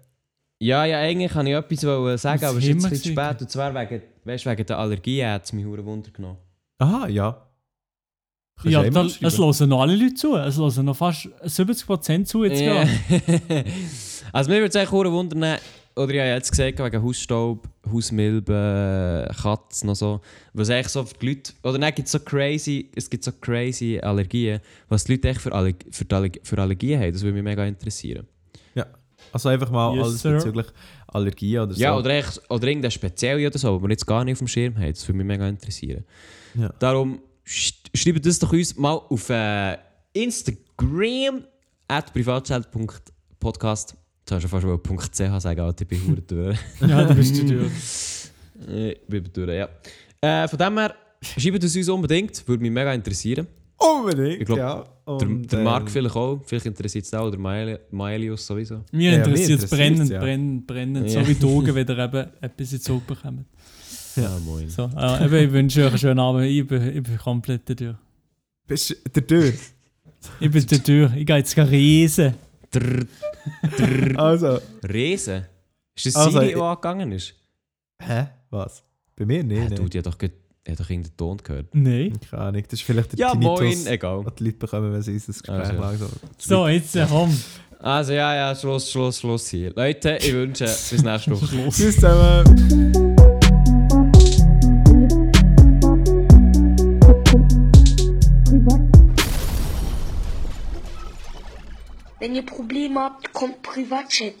Ja, ja, eigentlich kann ich etwas wollen sagen, Das aber es ist jetzt immer ein bisschen gewesen. spät. Und zwar wegen, weißt, du, wegen der Allergie hat es mich hure Wunder genommen. Aha, ja. Kannst du ja, also da, jemandem es schreiben? hören noch alle Leute zu. Es hören noch fast 70% zu jetzt Ja. gerade. Eh, [laughs] also mir würde es echt hure wundern, oder ich habe jetzt gesagt, wegen Hausstaub, Hausmilben, Katzen und so, was eigentlich so für die Leute, oder nein, gibt's so crazy, es gibt so crazy Allergien, was die Leute echt für, Aller für, die Aller für Allergien haben, das würde mich mega interessieren. Also einfach mal Yes, alles sir. bezüglich Allergie oder so. Ja, oder, echt, oder irgendein Speziell oder so, wo wir jetzt gar nicht auf dem Schirm haben, das würde mich mega interessieren. Ja. Darum sch schreibt das doch uns mal auf äh, Instagram at privatchat.podcast. Jetzt hast du fast wohl .ch sagen, Alter, ich bin [laughs] hure durch. Ja, da bist du durch. Äh, Ich bin durch, ja. Äh, von dem her, schreibt es uns unbedingt, würde mich mega interessieren. Oh, Unbedingt, Ich glaub, ja. Der, Und, der Marc ehm, ähm, vielleicht auch, vielleicht interessiert es auch, oder Maeli- Maelius sowieso. [laughs] Ja, Mir mir interessiert interessiert's, es brennend, ja. brennend, brennend. Ja. So wie die Augen, wenn ihr eben etwas in die Suppe bekommt. Ja, Ah, moin. So, äh, eben, ich wünsche euch einen schönen Abend. Ich bin, ich bin komplett dadurch. Bist du der Tür? [laughs] Ich bin dadurch. Ich gehe jetzt gleich reisen. Drrr, Ah, Also. Riesen? Ist das Also, äh, Siri, ich- die angegangen ist? Hä? Was? Bei mir Äh, nicht. du, nee. die hat doch, grad- die hat doch irgendeinen Ton gehört. Nein. Keine Ahnung. Das ist vielleicht der Ja, Ah, Tinnitus, moin, egal. den die Leute bekommen, wenn sie unser Gespräch Also, ja. langsam. So, jetzt äh, komm. Also ja, ja, Schluss, Schluss, Schluss hier. Leute, ich wünsche bis nächste Woche. Tschüss zusammen. Wenn ihr Probleme habt, kommt Privatchat.